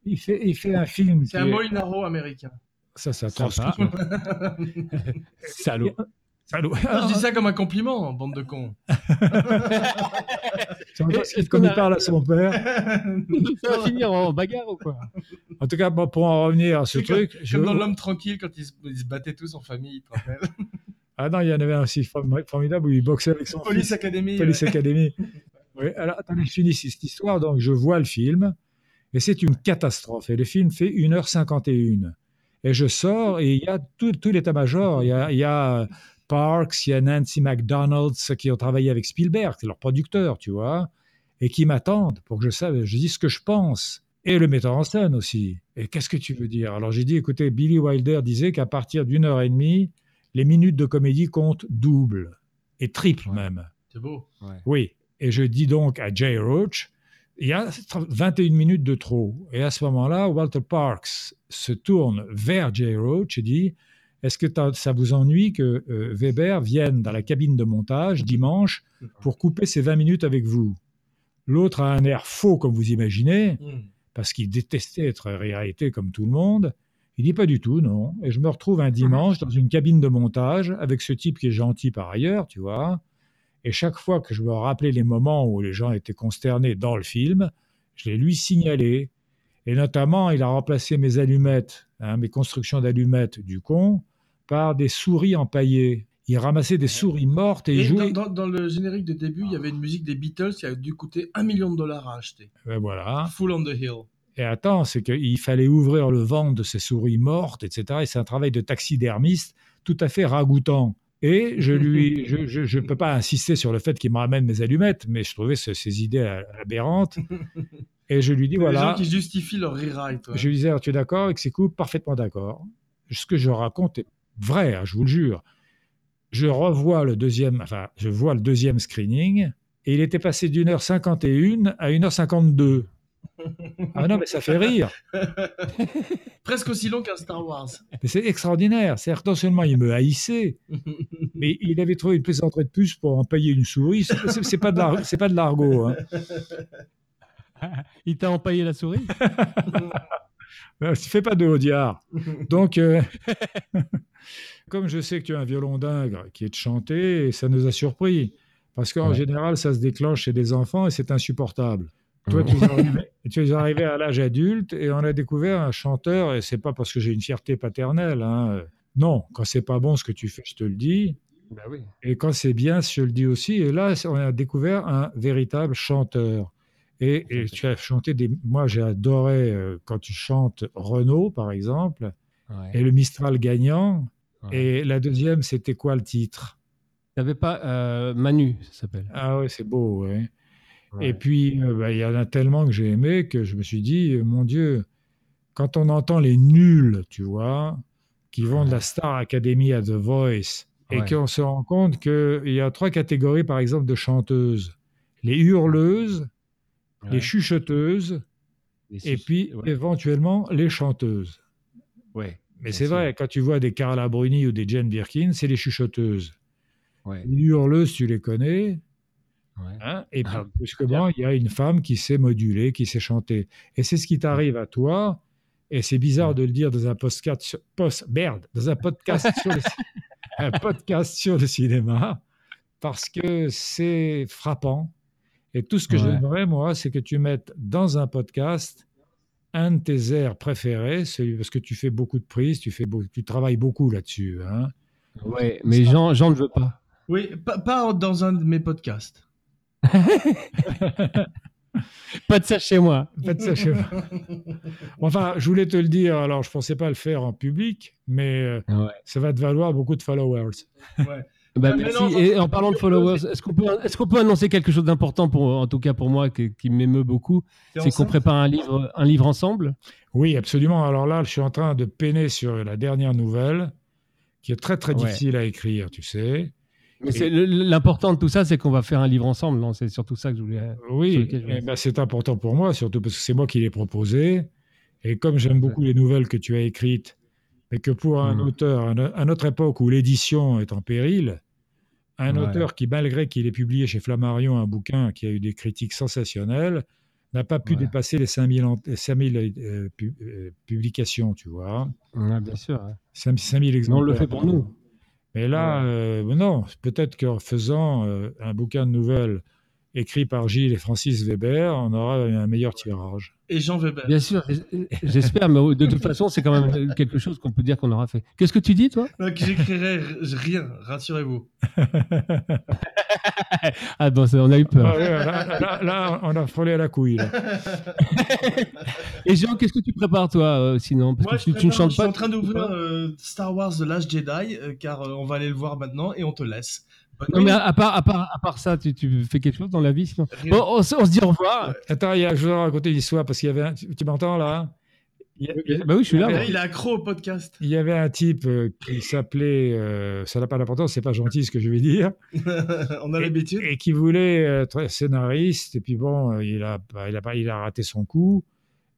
Speaker 1: Il fait, il fait un film. qui
Speaker 3: C'est un
Speaker 1: est-
Speaker 3: Molinaro américain.
Speaker 1: Ça, ça
Speaker 2: Sympa.
Speaker 1: transcrit-
Speaker 2: Salaud.
Speaker 1: Salaud.
Speaker 3: Non, je dis ça comme un compliment, bande de cons.
Speaker 1: C'est encore ce qu'il-
Speaker 2: Est-ce
Speaker 1: comme
Speaker 2: qu'on
Speaker 1: il parle à son père.
Speaker 2: Ça va finir en bagarre ou quoi
Speaker 1: En tout cas, bon, pour en revenir à ce
Speaker 3: C'est comme-
Speaker 1: truc. je-
Speaker 3: Comme dans L'homme tranquille quand ils se, ils se battaient tous en famille. tu te rappelles
Speaker 1: Ah non, il y en avait un aussi form- formidable où il boxait avec son fils.
Speaker 3: Police Academy.
Speaker 1: Police
Speaker 3: ouais.
Speaker 1: Academy. Oui, alors attendez, je finis cette histoire. Donc, je vois le film et c'est une catastrophe. Et le film fait 1h51. Et je sors et il y a tout, tout l'état-major. Il y a, il y a Parks, il y a Nancy McDonald, ceux qui ont travaillé avec Spielberg, c'est leur producteur, tu vois, et qui m'attendent pour que je sache, je dis ce que je pense. Et le metteur en scène aussi. Et qu'est-ce que tu veux dire Alors j'ai dit, écoutez, Billy Wilder disait qu'à partir d'une heure et demie, les minutes de comédie comptent double et triple
Speaker 2: Ouais.
Speaker 1: même.
Speaker 3: C'est beau.
Speaker 2: Ouais.
Speaker 1: Oui. Et je dis donc à Jay Roach, il y a 21 minutes de trop. Et à ce moment-là, Walter Parks se tourne vers Jay Roach et dit Est-ce que t'as- ça vous ennuie que euh, Weber vienne dans la cabine de montage dimanche pour couper ses 20 minutes avec vous L'autre a un air faux, comme vous imaginez,
Speaker 3: Hmm.
Speaker 1: parce qu'il détestait être réalité comme tout le monde. Il dit pas du tout, non. Et je me retrouve un dimanche dans une cabine de montage avec ce type qui est gentil par ailleurs, tu vois. Et chaque fois que je me rappelais les moments où les gens étaient consternés dans le film, je les lui signalais. Et notamment, il a remplacé mes allumettes, hein, mes constructions d'allumettes du con, par des souris empaillées. Il ramassait des souris mortes et, il
Speaker 3: Et dans,
Speaker 1: jouait.
Speaker 3: dans- dans le générique de début, il y avait une musique des Beatles qui a dû coûter un million de dollars à acheter.
Speaker 1: Ben voilà.
Speaker 3: Full on the Hill.
Speaker 1: Et attends, c'est qu'il fallait ouvrir le ventre de ces souris mortes, etc. Et c'est un travail de taxidermiste tout à fait ragoûtant. Et
Speaker 3: Mm-hmm.
Speaker 1: je lui, je- je- je ne peux pas insister sur le fait qu'il me ramène mes allumettes, mais je trouvais ce- ces idées a- aberrantes. Et je lui dis
Speaker 3: Les gens
Speaker 1: voilà,
Speaker 3: qui justifient leur rewrite. ouais.
Speaker 1: je lui disais Alors, tu es d'accord avec ces coups Parfaitement d'accord. Ce que je raconte est vrai, hein, je vous le jure. Je revois le deuxième, enfin, je vois le deuxième screening, et il était passé d'une heure 51 à 1h52. Ah non, mais ça fait rire.
Speaker 3: Presque aussi long qu'un Star Wars.
Speaker 1: Mais c'est extraordinaire. C'est-à-dire que non seulement il me haïssait, mais il avait trouvé une plaisanterie de puce pour en payer une souris. C'est- C'est c'est pas de l'ar- c'est pas de l'argot. hein.
Speaker 2: Il t'a empaillé la souris
Speaker 1: Euh, Fais pas de odiard. Donc, euh, comme je sais que tu as un violon d'ingre qui est de chanter, et ça nous a surpris. Parce qu'en
Speaker 2: Ouais.
Speaker 1: général, ça se déclenche chez des enfants et c'est insupportable. Toi, tu es, arrivé, tu es arrivé à l'âge adulte et on a découvert un chanteur, et c'est pas parce que j'ai une fierté paternelle. hein. Euh, Non, quand c'est pas bon ce que tu fais, je te le dis.
Speaker 2: Bah oui.
Speaker 1: Et quand c'est bien, je le dis aussi. Et là, on a découvert un véritable chanteur. Et, et tu as chanté des. Moi, j'ai adoré euh, quand tu chantes Renaud, par exemple,
Speaker 2: Ouais.
Speaker 1: et le Mistral gagnant.
Speaker 2: Ouais.
Speaker 1: Et la deuxième, c'était quoi le titre
Speaker 2: T'avais pas euh, Manu, ça s'appelle.
Speaker 1: Ah ouais, c'est beau, ouais. Et
Speaker 2: Ouais.
Speaker 1: puis, euh, bah, il y en a tellement que j'ai aimé que je me suis dit, euh, mon Dieu, quand on entend les nuls, tu vois, qui vont de la Star Academy à The Voice, et
Speaker 2: Ouais.
Speaker 1: qu'on se rend compte qu'il y a trois catégories, par exemple, de chanteuses. Les hurleuses,
Speaker 2: Ouais.
Speaker 1: les chuchoteuses,
Speaker 2: Les
Speaker 1: et
Speaker 2: sou-
Speaker 1: puis
Speaker 2: ouais.
Speaker 1: éventuellement les chanteuses.
Speaker 2: Ouais.
Speaker 1: Mais
Speaker 2: Bien
Speaker 1: c'est
Speaker 2: sûr.
Speaker 1: vrai, quand tu vois des Carla Bruni ou des Jane Birkin, c'est les chuchoteuses.
Speaker 2: Ouais.
Speaker 1: Les hurleuses, tu les connais,
Speaker 2: Ouais.
Speaker 1: Hein, et puis,
Speaker 2: Ah,
Speaker 1: brusquement, il y a une femme qui sait moduler, qui sait chanter. Et c'est ce qui t'arrive à toi. Et c'est bizarre de le dire dans un podcast, sur- post, merde, dans un podcast sur le, un podcast sur le cinéma, parce que c'est frappant. Et tout ce que
Speaker 2: Ouais.
Speaker 1: j'aimerais, moi, c'est que tu mettes dans un podcast un de tes airs préférés, celui, parce que tu fais beaucoup de prises, tu, fais beau- tu travailles beaucoup là-dessus. hein.
Speaker 2: Ouais, mais Jean, Jean ne veut pas.
Speaker 3: Oui, pas, pas dans un de mes podcasts.
Speaker 2: Pas de ça chez moi.
Speaker 1: Faites ça chez vous. Enfin, je voulais te le dire, alors je ne pensais pas le faire en public, mais euh,
Speaker 2: Ouais.
Speaker 1: ça va te valoir beaucoup de followers.
Speaker 3: Ouais.
Speaker 2: Bah,
Speaker 3: Ouais, mais
Speaker 2: merci.
Speaker 3: non,
Speaker 2: Et en parlant de followers, est-ce qu'on peut, est-ce qu'on peut annoncer quelque chose d'important pour, en tout cas pour moi, qui, qui m'émeut beaucoup, c'est
Speaker 3: T'es
Speaker 2: qu'on
Speaker 3: enceinte
Speaker 2: prépare un livre, un livre ensemble.
Speaker 1: Oui, absolument. Alors là, je suis en train de peiner sur la dernière nouvelle, qui est très très
Speaker 2: Ouais.
Speaker 1: difficile à écrire, tu sais.
Speaker 2: Mais c'est le- l'important de tout ça, c'est qu'on va faire un livre ensemble. Non, c'est surtout ça que je voulais. Sur
Speaker 1: Oui,
Speaker 2: lequel je
Speaker 1: eh
Speaker 2: vais-
Speaker 1: ben, c'est important pour moi, surtout parce que c'est moi qui l'ai proposé. Et comme j'aime beaucoup les nouvelles que tu as écrites, mais que pour un
Speaker 2: Mhm.
Speaker 1: auteur, un- à notre époque où l'édition est en péril, un
Speaker 2: Ouais.
Speaker 1: auteur qui, malgré qu'il ait publié chez Flammarion un bouquin qui a eu des critiques sensationnelles, n'a pas pu
Speaker 2: Ouais.
Speaker 1: dépasser les 5000, en- les 5000 euh, pu- euh, publications, tu vois. hein.
Speaker 2: Ouais, bien sûr. ouais.
Speaker 1: 5000 exemplaires.
Speaker 2: Mais on le fait pour nous.
Speaker 1: Mais là, euh, non, peut-être qu'en faisant euh, un bouquin de nouvelles écrit par Gilles et Francis Weber, on aura un meilleur tirage.
Speaker 3: Et Jean Weber.
Speaker 2: Bien sûr. j'es- J'espère, mais de toute façon, c'est quand même quelque chose qu'on peut dire qu'on aura fait. Qu'est-ce que tu dis, toi
Speaker 3: Donc j'écrirai r- rien, rassurez-vous.
Speaker 2: Ah bon, ça, on a eu
Speaker 1: Ah
Speaker 2: peur.
Speaker 3: Euh,
Speaker 1: ouais, là, là- là, on a frôlé à la couille. là.
Speaker 2: Et Jean, qu'est-ce que tu prépares toi, euh, sinon Parce
Speaker 3: Moi,
Speaker 2: que
Speaker 3: je,
Speaker 2: tu, tu ne
Speaker 3: prépare-
Speaker 2: chantes
Speaker 3: je suis
Speaker 2: pas.
Speaker 3: en train d'ouvrir euh, Star Wars The Last Jedi, euh, car euh, on va aller le voir maintenant et on te laisse. Bonne
Speaker 2: Non,
Speaker 3: nuit.
Speaker 2: mais à, à part, à, part, à part ça, tu, tu fais quelque chose dans la vie sinon
Speaker 3: Rien. Euh,
Speaker 2: Bon, on, se- on se dit au revoir.
Speaker 1: Attends, il y a- je vais raconter une histoire parce qu'il y avait. un- Tu tu m'entends là Il y a-
Speaker 2: Bah oui, je suis là.
Speaker 3: Mais
Speaker 2: moi.
Speaker 3: là, Eh, il est accro au podcast.
Speaker 1: Il y avait un type euh, qui s'appelait, euh, ça n'a pas d'importance, c'est pas gentil ce que je vais dire,
Speaker 3: On a l'habitude.
Speaker 1: et qui voulait euh, être scénariste. Et puis bon, euh, il a, bah, il a, pas- il a raté son coup.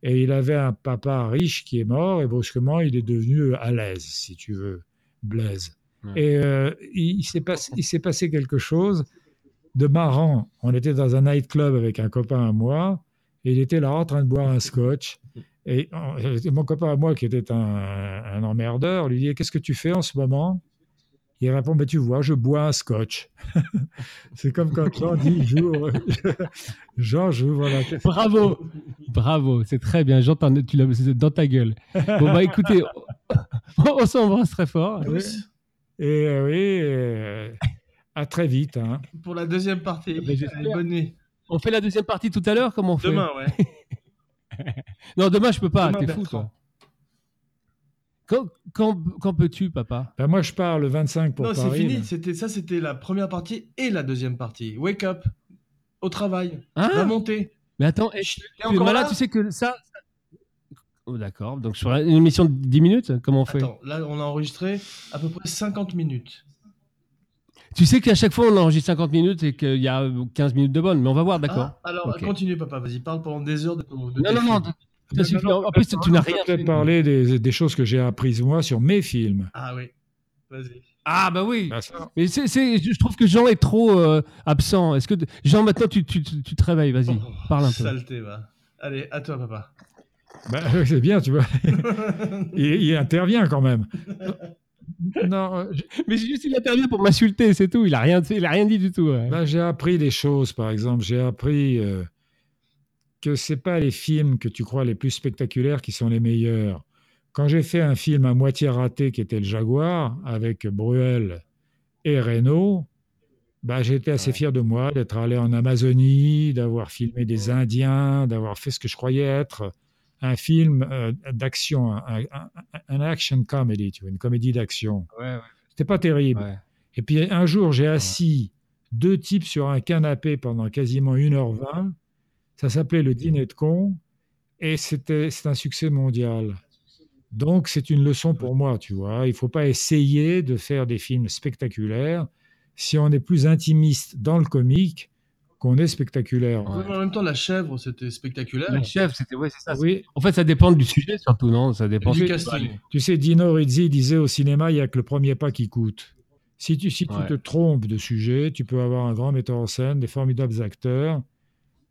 Speaker 1: Et il avait un papa riche qui est mort, et brusquement, il est devenu euh, à l'aise, si tu veux, Blaise.
Speaker 2: Ouais.
Speaker 1: Et euh, il, il s'est passé, il s'est passé quelque chose de marrant. On était dans un nightclub avec un copain à moi, et il était là en train de boire un scotch. Et euh, mon copain à moi, qui était un, un emmerdeur, lui dit Qu'est-ce que tu fais en ce moment Il répond Mais tu vois, je bois un scotch. C'est comme quand Jean dit Jour, Jean, j'ouvre la tête.
Speaker 2: Bravo, bravo, c'est très bien. J'entends, tu l'as c'est dans ta gueule. Bon bah écoutez, on, on s'embrasse très fort.
Speaker 3: Tous,
Speaker 1: Et euh, oui, euh, à très vite. hein.
Speaker 3: Pour la deuxième partie.
Speaker 2: Mais Ah, bah, j'espère.
Speaker 3: Allez, bonne nuit.
Speaker 2: On fait la deuxième partie tout à l'heure, comment on fait
Speaker 3: Demain, ouais.
Speaker 2: Non, demain je peux pas.
Speaker 3: Demain, ben,
Speaker 2: T'es fou
Speaker 3: Bertrand.
Speaker 2: toi. Quand, quand, quand peux-tu, papa
Speaker 1: Ben, moi, je pars le 25 pour
Speaker 3: non, c'est
Speaker 1: Paris. là.
Speaker 3: fini. C'était ça, c'était la première partie et la deuxième partie. Wake up, au travail, va
Speaker 2: Hein
Speaker 3: monter.
Speaker 2: Mais attends, eh,
Speaker 3: Chut, t'es
Speaker 2: tu es malade,
Speaker 3: là
Speaker 2: tu sais que ça. ça- Oh, D'accord. Donc sur une émission de 10 minutes, comment on fait
Speaker 3: Attends, là, on a enregistré à peu près 50 minutes.
Speaker 2: Tu sais qu'à chaque fois on enregistre 50 minutes et qu'il y a 15 minutes de bonne, mais on va voir, d'accord
Speaker 3: Ah, alors,
Speaker 2: Ok.
Speaker 3: continue, papa. Vas-y, parle pendant des heures de. de
Speaker 2: Non,
Speaker 3: tes
Speaker 2: non, non.
Speaker 3: films.
Speaker 2: ça
Speaker 1: Non,
Speaker 2: suffit.
Speaker 1: non,
Speaker 2: en plus, tu n'as
Speaker 1: On
Speaker 2: rien.
Speaker 1: va
Speaker 2: fait.
Speaker 1: peut-être parler des, des choses que j'ai apprises moi sur mes films.
Speaker 3: Ah oui. Vas-y.
Speaker 2: Ah bah oui.
Speaker 1: Ben, ça,
Speaker 2: Mais c'est, c'est- je trouve que Jean est trop euh, absent. Est-ce que t- Jean, maintenant, tu, tu, tu, tu te réveilles, vas-y,
Speaker 3: Oh,
Speaker 2: parle un peu.
Speaker 3: Saleté, va. Allez, à toi, papa.
Speaker 1: ben, c'est bien, tu vois. il, il intervient quand même. Non, euh,
Speaker 2: Mais c'est juste il intervient pour m'insulter, c'est tout. Il a rien, il a rien dit du tout. ouais.
Speaker 1: Ben, j'ai appris des choses, par exemple. J'ai appris euh, que c'est pas les films que tu crois les plus spectaculaires qui sont les meilleurs. Quand j'ai fait un film à moitié raté qui était Le Jaguar avec Bruel et Reynaud, ben, j'étais assez
Speaker 2: Ouais.
Speaker 1: fier de moi d'être allé en Amazonie, d'avoir filmé des Indiens, d'avoir fait ce que je croyais être un film euh, d'action, un, un- un action comedy, tu vois, une comédie d'action. C'était pas terrible. Et puis un jour, j'ai assis deux types sur un canapé pendant quasiment 1h20. Ça s'appelait le dîner de con et c'était c'est un succès mondial. Donc c'est une leçon pour moi, tu vois. Il ne faut pas essayer de faire des films spectaculaires si on est plus intimiste dans le comique qu'on est spectaculaire.
Speaker 2: Ouais.
Speaker 3: Oui, mais en même temps, la chèvre, c'était spectaculaire.
Speaker 2: Le chef, c'était ouais, c'est ça.
Speaker 1: Oui,
Speaker 2: En fait, ça dépend du sujet surtout, non Ça dépend
Speaker 3: Du
Speaker 2: du
Speaker 3: casting.
Speaker 1: tu sais, Dino Rizzi disait au cinéma, il n'y a que le premier pas qui coûte. Si tu, si tu
Speaker 2: Ouais.
Speaker 1: te trompes de sujet, tu peux avoir un grand metteur en scène, des formidables acteurs,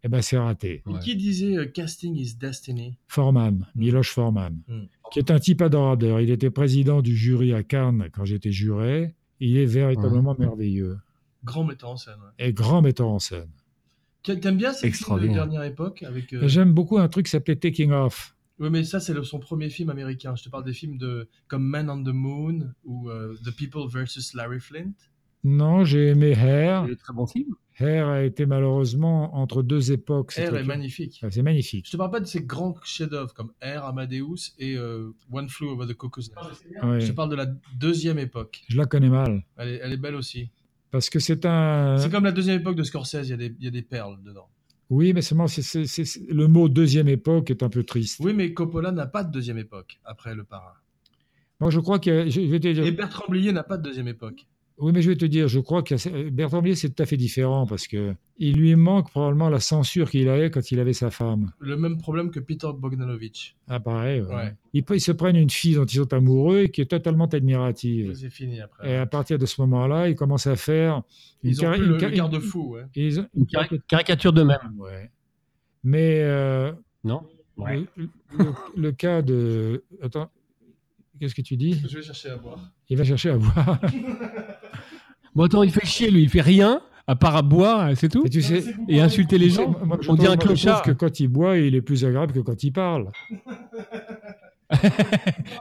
Speaker 1: et ben c'est raté.
Speaker 2: Ouais.
Speaker 3: Qui disait euh, casting is destiny
Speaker 1: Forman, Miloš Forman,
Speaker 3: Mm.
Speaker 1: qui est un type adorable. D'ailleurs, il était président du jury à Cannes quand j'étais juré. Il est véritablement merveilleux
Speaker 3: Grand metteur en scène. ouais.
Speaker 1: et grand metteur en scène.
Speaker 3: Tu- T'aimes bien ces films de
Speaker 2: Extraordinaire.
Speaker 3: dernière époque avec. euh,
Speaker 1: J'aime beaucoup un truc qui s'appelait Taking Off.
Speaker 3: Oui, mais ça, c'est le- son premier film américain. Je te parle des films de... comme Man on the Moon ou euh, The People versus Larry Flint.
Speaker 1: Non, j'ai aimé Hair.
Speaker 2: très bon film.
Speaker 1: Hair a été malheureusement entre deux époques. c'est
Speaker 3: Air
Speaker 1: très-
Speaker 3: est magnifique.
Speaker 1: Ah, C'est magnifique.
Speaker 3: Je te parle pas de ces grands chefs-d'œuvre comme Air, Amadeus et euh, One Flew Over the Cuckoo's Nest.
Speaker 1: Ouais.
Speaker 3: Je te parle de la deuxième époque.
Speaker 1: Je la connais mal.
Speaker 3: Elle est, elle est belle aussi.
Speaker 1: Parce que c'est un.
Speaker 3: C'est comme la deuxième époque de Scorsese, il y, a des- il y a des perles dedans.
Speaker 1: Oui, mais seulement c'est- c'est- c'est- c'est- le mot deuxième époque est un peu triste.
Speaker 3: Oui, mais Coppola n'a pas de deuxième époque après Le Parrain.
Speaker 1: Moi, je crois que. Je vais te dire-
Speaker 3: Et Bertrand Blier n'a pas de deuxième époque.
Speaker 1: Oui, mais je vais te dire, je crois que euh, Bertrand Blier, c'est tout à fait différent parce que il lui manque probablement la censure qu'il avait quand il avait sa femme.
Speaker 3: Le même problème que Peter Bogdanovich.
Speaker 1: Ah, pareil. ouais.
Speaker 3: Ouais.
Speaker 1: Ils, pe- ils se prennent une fille dont ils sont amoureux et qui est totalement admirative.
Speaker 3: C'est fini après.
Speaker 2: Eh,
Speaker 1: Et à partir de ce moment-là, ils commencent à faire une
Speaker 3: Ils ont
Speaker 1: cari-
Speaker 3: plus
Speaker 1: une
Speaker 3: le, le
Speaker 1: cari-
Speaker 3: garde-fou, ouais.
Speaker 1: ils ont-
Speaker 2: Une cari- caricature de même,
Speaker 1: Ouais. Mais euh,
Speaker 2: non Ouais.
Speaker 1: le, le- le cas de. Attends, qu'est-ce que tu dis
Speaker 3: Je vais chercher à boire.
Speaker 1: Il va chercher à boire.
Speaker 2: Bon, attends, il fait chier, lui. Il fait rien, à part à boire, c'est tout.
Speaker 1: Et tu sais,
Speaker 2: Et insulter les gens.
Speaker 1: Moi, je
Speaker 2: On dit un
Speaker 1: trouve- moi, je trouve
Speaker 2: clochard.
Speaker 1: que quand il boit, il est plus agréable que quand il parle.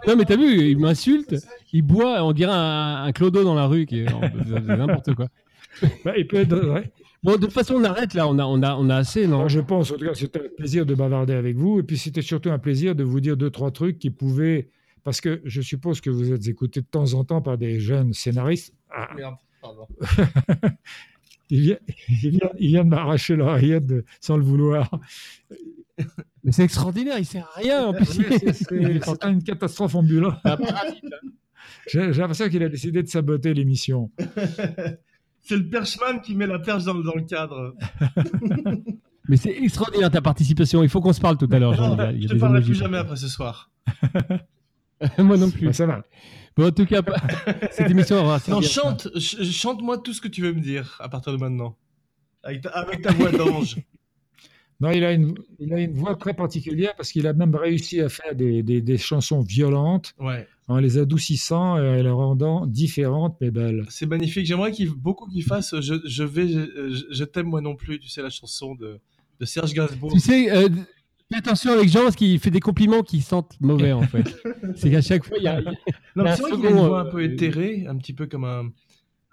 Speaker 2: Non, mais t'as vu, il m'insulte, il boit, on dirait un, un clodo dans la rue. Qui est, c'est n'importe quoi.
Speaker 1: Bah, il peut être dans-
Speaker 2: Bon, de toute façon, on arrête là. On a, on a, on a assez, non
Speaker 1: Moi, je pense, en tout cas, c'était un plaisir de bavarder avec vous. Et puis, c'était surtout un plaisir de vous dire deux, trois trucs qui pouvaient. Parce que je suppose que vous êtes écouté de temps en temps par des jeunes scénaristes. Ah,
Speaker 3: Merde, pardon.
Speaker 1: il, vient, il, vient, il vient de m'arracher l'oreillette de- sans le vouloir.
Speaker 2: Mais c'est extraordinaire, il sert à rien. En plus.
Speaker 1: C'est- C'est c'est une catastrophe ambulante.
Speaker 2: hein.
Speaker 1: J'ai j'ai l'impression qu'il a décidé de saboter l'émission.
Speaker 3: C'est le perchman qui met la perche dans, le- dans le cadre.
Speaker 2: Mais c'est extraordinaire ta participation. Il faut qu'on se parle tout à l'heure, Jean.
Speaker 3: Non,
Speaker 2: Ah, Il y a- il y
Speaker 3: je
Speaker 2: a
Speaker 3: te
Speaker 2: des
Speaker 3: parlerai plus
Speaker 2: émojis.
Speaker 3: jamais après ce soir.
Speaker 2: Moi non plus.
Speaker 1: Ah, ça va.
Speaker 2: Bon, en tout cas, pas- cette émission aura.
Speaker 3: Non,
Speaker 2: servi à-
Speaker 3: chante, ch- chante-moi tout ce que tu veux me dire à partir de maintenant. Avec ta, avec ta voix d'ange.
Speaker 1: Non, il a, une, il a une voix très particulière parce qu'il a même réussi à faire des, des- des chansons violentes
Speaker 3: Ouais,
Speaker 1: en les adoucissant et en les rendant différentes mais belles.
Speaker 3: c'est magnifique. J'aimerais qu'il, beaucoup qu'il fasse euh, Je, je vais, euh, je, je- je t'aime moi non plus. Tu sais, la chanson de, de Serge Gainsbourg.
Speaker 2: Tu sais, euh, fais attention avec Jean parce qu'il fait des compliments qui sentent mauvais en fait. c'est qu'à chaque fois, il y a.
Speaker 3: Non, mais
Speaker 2: un
Speaker 3: c'est vrai qu'il a une
Speaker 2: second,
Speaker 3: voix un
Speaker 2: euh,
Speaker 3: peu éthérée, un petit peu comme un.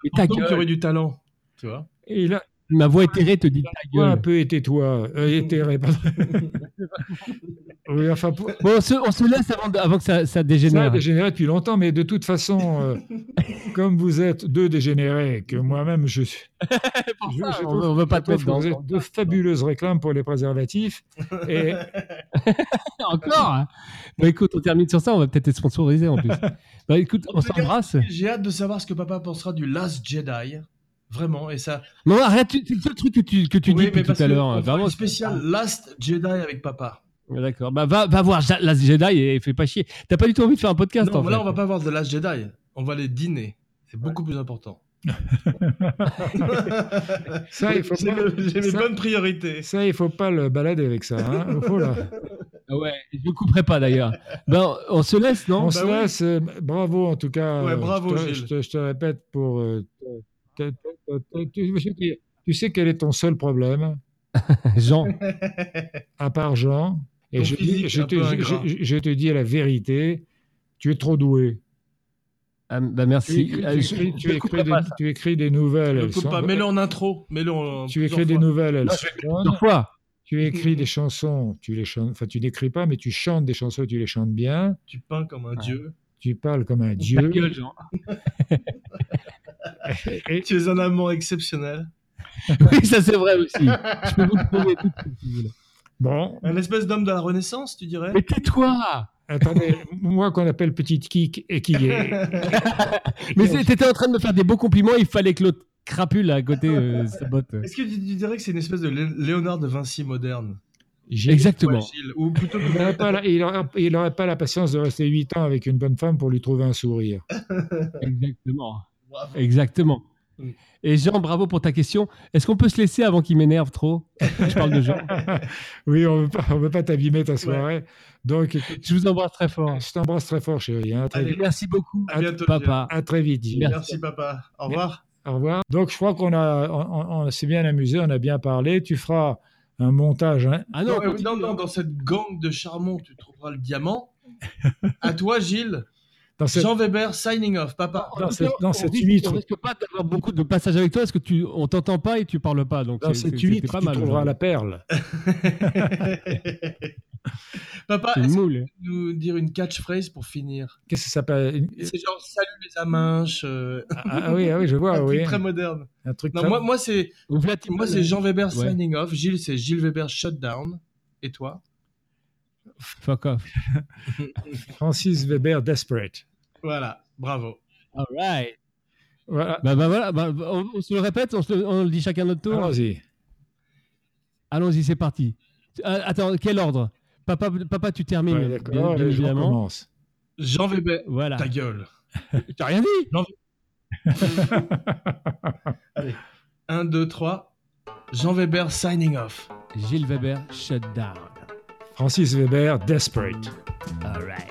Speaker 2: Mais ta
Speaker 3: Pourtant, qui
Speaker 2: gueule.
Speaker 3: aurait du talent. Tu vois
Speaker 1: Et il a
Speaker 2: Ma voix éthérée te dit ta
Speaker 1: une voix un
Speaker 2: gueule.
Speaker 1: peu ététoie, euh, éthérée, pardon. oui, enfin, pour-
Speaker 2: Bon, on se, on se laisse avant, de- avant que ça, ça
Speaker 1: ça a
Speaker 2: dégénère.
Speaker 1: dégénéré depuis longtemps, mais de toute façon, euh, comme vous êtes deux dégénérés, que moi-même je suis.
Speaker 2: pour
Speaker 1: je-
Speaker 2: ça,
Speaker 1: je
Speaker 2: on
Speaker 1: trouve-
Speaker 2: veut- on veut
Speaker 1: je
Speaker 2: pas te mettre
Speaker 1: trouve que vous
Speaker 2: dans-
Speaker 1: êtes
Speaker 2: dans-
Speaker 1: deux fabuleuses réclames pour les préservatifs. Et
Speaker 2: Encore hein. Bon, écoute, on termine sur ça. On va peut-être être sponsorisé en plus. Bah, écoute,
Speaker 3: En
Speaker 2: on
Speaker 3: tout cas,
Speaker 2: s'embrasse.
Speaker 3: J'ai hâte de savoir ce que papa pensera du Last Jedi. Vraiment, et ça.
Speaker 2: Non, arrête, tu- c'est le seul truc que tu, que tu
Speaker 3: Oui,
Speaker 2: dis
Speaker 3: mais
Speaker 2: depuis
Speaker 3: parce
Speaker 2: tout à
Speaker 3: que
Speaker 2: l'heure.
Speaker 3: on
Speaker 2: hein.
Speaker 3: fera
Speaker 2: Vraiment,
Speaker 3: une spéciale Last Jedi avec papa.
Speaker 2: Ouais, D'accord. Bah, va, va voir Ja- Last Jedi et, et fais pas chier. T'as pas du tout envie de faire un podcast
Speaker 3: Non,
Speaker 2: en
Speaker 3: mais
Speaker 2: fait.
Speaker 3: là, on va pas voir de Last Jedi. On va les dîner. C'est beaucoup plus important.
Speaker 1: ça, il faut
Speaker 3: J'ai
Speaker 1: pas.
Speaker 3: mes- j'ai mes
Speaker 1: ça-
Speaker 3: bonnes priorités.
Speaker 1: Ça, il faut pas le balader avec ça. hein. Oh là.
Speaker 2: Ah Ouais, je couperai pas d'ailleurs. ben, on se laisse, non
Speaker 1: On se
Speaker 3: oui.
Speaker 1: laisse. euh, Bravo en tout cas.
Speaker 3: Ouais,
Speaker 1: euh,
Speaker 3: bravo,
Speaker 1: je, te,
Speaker 3: Gilles.
Speaker 1: je te- je te répète pour. euh, te- te- te- te- te- tu- Tu sais quel est ton seul problème,
Speaker 2: Jean.
Speaker 1: à part Jean. Et
Speaker 3: Ton
Speaker 1: je,
Speaker 3: physique,
Speaker 1: je
Speaker 3: un
Speaker 1: te,
Speaker 3: peu
Speaker 1: je-
Speaker 3: ingrat.
Speaker 1: je- je te dis la vérité. Tu es trop doué.
Speaker 2: Ah, bah,
Speaker 1: Tu,
Speaker 2: merci.
Speaker 1: écris,
Speaker 2: Ah,
Speaker 1: tu
Speaker 2: je-
Speaker 1: écris- tu
Speaker 2: je
Speaker 1: écris
Speaker 2: couperai
Speaker 1: des,
Speaker 2: pas ça.
Speaker 1: tu écris des nouvelles.
Speaker 3: Ne
Speaker 1: elles
Speaker 3: coupe
Speaker 1: sont-
Speaker 3: pas. Mets-le en intro. Mets-le en.
Speaker 1: tu
Speaker 3: plusieurs
Speaker 1: écris des
Speaker 3: fois.
Speaker 1: nouvelles. elles
Speaker 2: Non, je vais
Speaker 1: sont bonnes.
Speaker 2: Plusieurs fois.
Speaker 1: Tu écris des chansons. Tu les chantes. Enfin, tu n'écris pas, mais tu chantes des chansons. et Tu les chantes bien.
Speaker 3: Tu peins comme un dieu.
Speaker 1: Tu parles comme un
Speaker 2: Ta
Speaker 1: dieu.
Speaker 2: gueule, Jean.
Speaker 1: Et-
Speaker 3: Tu es un amant exceptionnel.
Speaker 2: Oui, ça c'est vrai aussi. Je peux vous le prouver tout de suite, si vous voulez.
Speaker 1: bon,
Speaker 3: Un espèce d'homme de la Renaissance, tu dirais
Speaker 2: Mais tais-toi
Speaker 1: Attendez, moi qu'on appelle petite kick et qui est.
Speaker 2: Mais c'est- t'étais en train de me faire des beaux compliments, il fallait que l'autre crapule à côté euh, sabote.
Speaker 3: Est-ce que tu, tu dirais que c'est une espèce de Lé- Léonard de Vinci moderne
Speaker 1: Gilles,
Speaker 2: Exactement.
Speaker 3: Ouais, Gilles. Ou plutôt
Speaker 1: Il n'aurait pas, la- il aurait- il aurait pas la patience de rester 8 ans avec une bonne femme pour lui trouver un sourire.
Speaker 2: Exactement.
Speaker 3: Bravo.
Speaker 2: Exactement.
Speaker 3: Mm.
Speaker 2: Et Jean, bravo pour ta question. Est-ce qu'on peut se laisser avant qu'il m'énerve trop Je parle de Jean.
Speaker 1: oui, on ne veut pas t'abîmer ta soirée. Donc, écoute,
Speaker 2: Je vous embrasse très fort.
Speaker 1: je t'embrasse très fort, chérie. hein. À très,
Speaker 3: Allez,
Speaker 2: Et Merci beaucoup,
Speaker 3: à bientôt. Gilles.
Speaker 2: papa.
Speaker 1: à très vite, Gilles.
Speaker 2: Merci.
Speaker 3: Merci papa. Au revoir.
Speaker 1: Au revoir. Donc, je crois qu'on a, on, on- on s'est bien amusé, on a bien parlé. Tu feras un montage. hein.
Speaker 2: Ah
Speaker 3: Non,
Speaker 2: non,
Speaker 3: euh, non, non, dans cette gang de charmants, tu trouveras le diamant. à toi, Gilles.
Speaker 1: Dans cette-
Speaker 3: Jean Weber, signing off. Papa.
Speaker 1: dans
Speaker 2: tout
Speaker 1: cette-
Speaker 2: cas,
Speaker 1: dans
Speaker 2: on
Speaker 1: cette
Speaker 2: risque-
Speaker 1: huître.
Speaker 2: On risque pas d'avoir beaucoup de passages avec toi parce que tu, on t'entend pas et tu parles pas. Donc
Speaker 1: dans
Speaker 2: c'est-
Speaker 1: cette
Speaker 2: c'est-
Speaker 1: huître,
Speaker 2: c'était pas
Speaker 1: tu
Speaker 2: mal.
Speaker 1: trouveras la
Speaker 2: aujourd'hui.
Speaker 1: perle.
Speaker 3: papa,
Speaker 2: C'est
Speaker 3: est-ce que
Speaker 2: moule.
Speaker 3: tu peux nous dire une catchphrase pour finir
Speaker 1: Qu'est-ce que ça s'appelle
Speaker 3: C'est genre salut les aminches. euh,
Speaker 1: ah, ah oui, ah oui, je
Speaker 3: un
Speaker 1: vois.
Speaker 3: truc
Speaker 1: oui.
Speaker 3: très moderne.
Speaker 1: Un truc
Speaker 3: Non,
Speaker 1: très-
Speaker 3: moi, moi c'est
Speaker 2: Donc, Vladimir,
Speaker 3: moi, c'est Jean Weber
Speaker 2: Ouais.
Speaker 3: signing off. Gilles, c'est Gilles Weber shutdown. Et toi
Speaker 2: Fuck off.
Speaker 1: Francis Weber, Desperate.
Speaker 3: Voilà. Bravo.
Speaker 2: All right.
Speaker 1: Voilà.
Speaker 2: Bah, bah, voilà, bah, on, on se le répète, on, se le, on le dit chacun notre tour.
Speaker 1: Allons-y.
Speaker 2: Allons-y, c'est parti. Euh, attends, quel ordre Papa, papa, tu termines,
Speaker 1: Ouais,
Speaker 2: bien-
Speaker 1: d'accord,
Speaker 2: bien
Speaker 1: les gens
Speaker 2: évidemment.
Speaker 1: commencent.
Speaker 3: Jean Weber,
Speaker 2: Voilà.
Speaker 3: ta gueule.
Speaker 2: T'as rien dit
Speaker 3: Allez. 1, 2, 3. Jean Weber signing off.
Speaker 2: Gilles Weber, shut down.
Speaker 1: Francis Weber, Desperate.
Speaker 2: All right.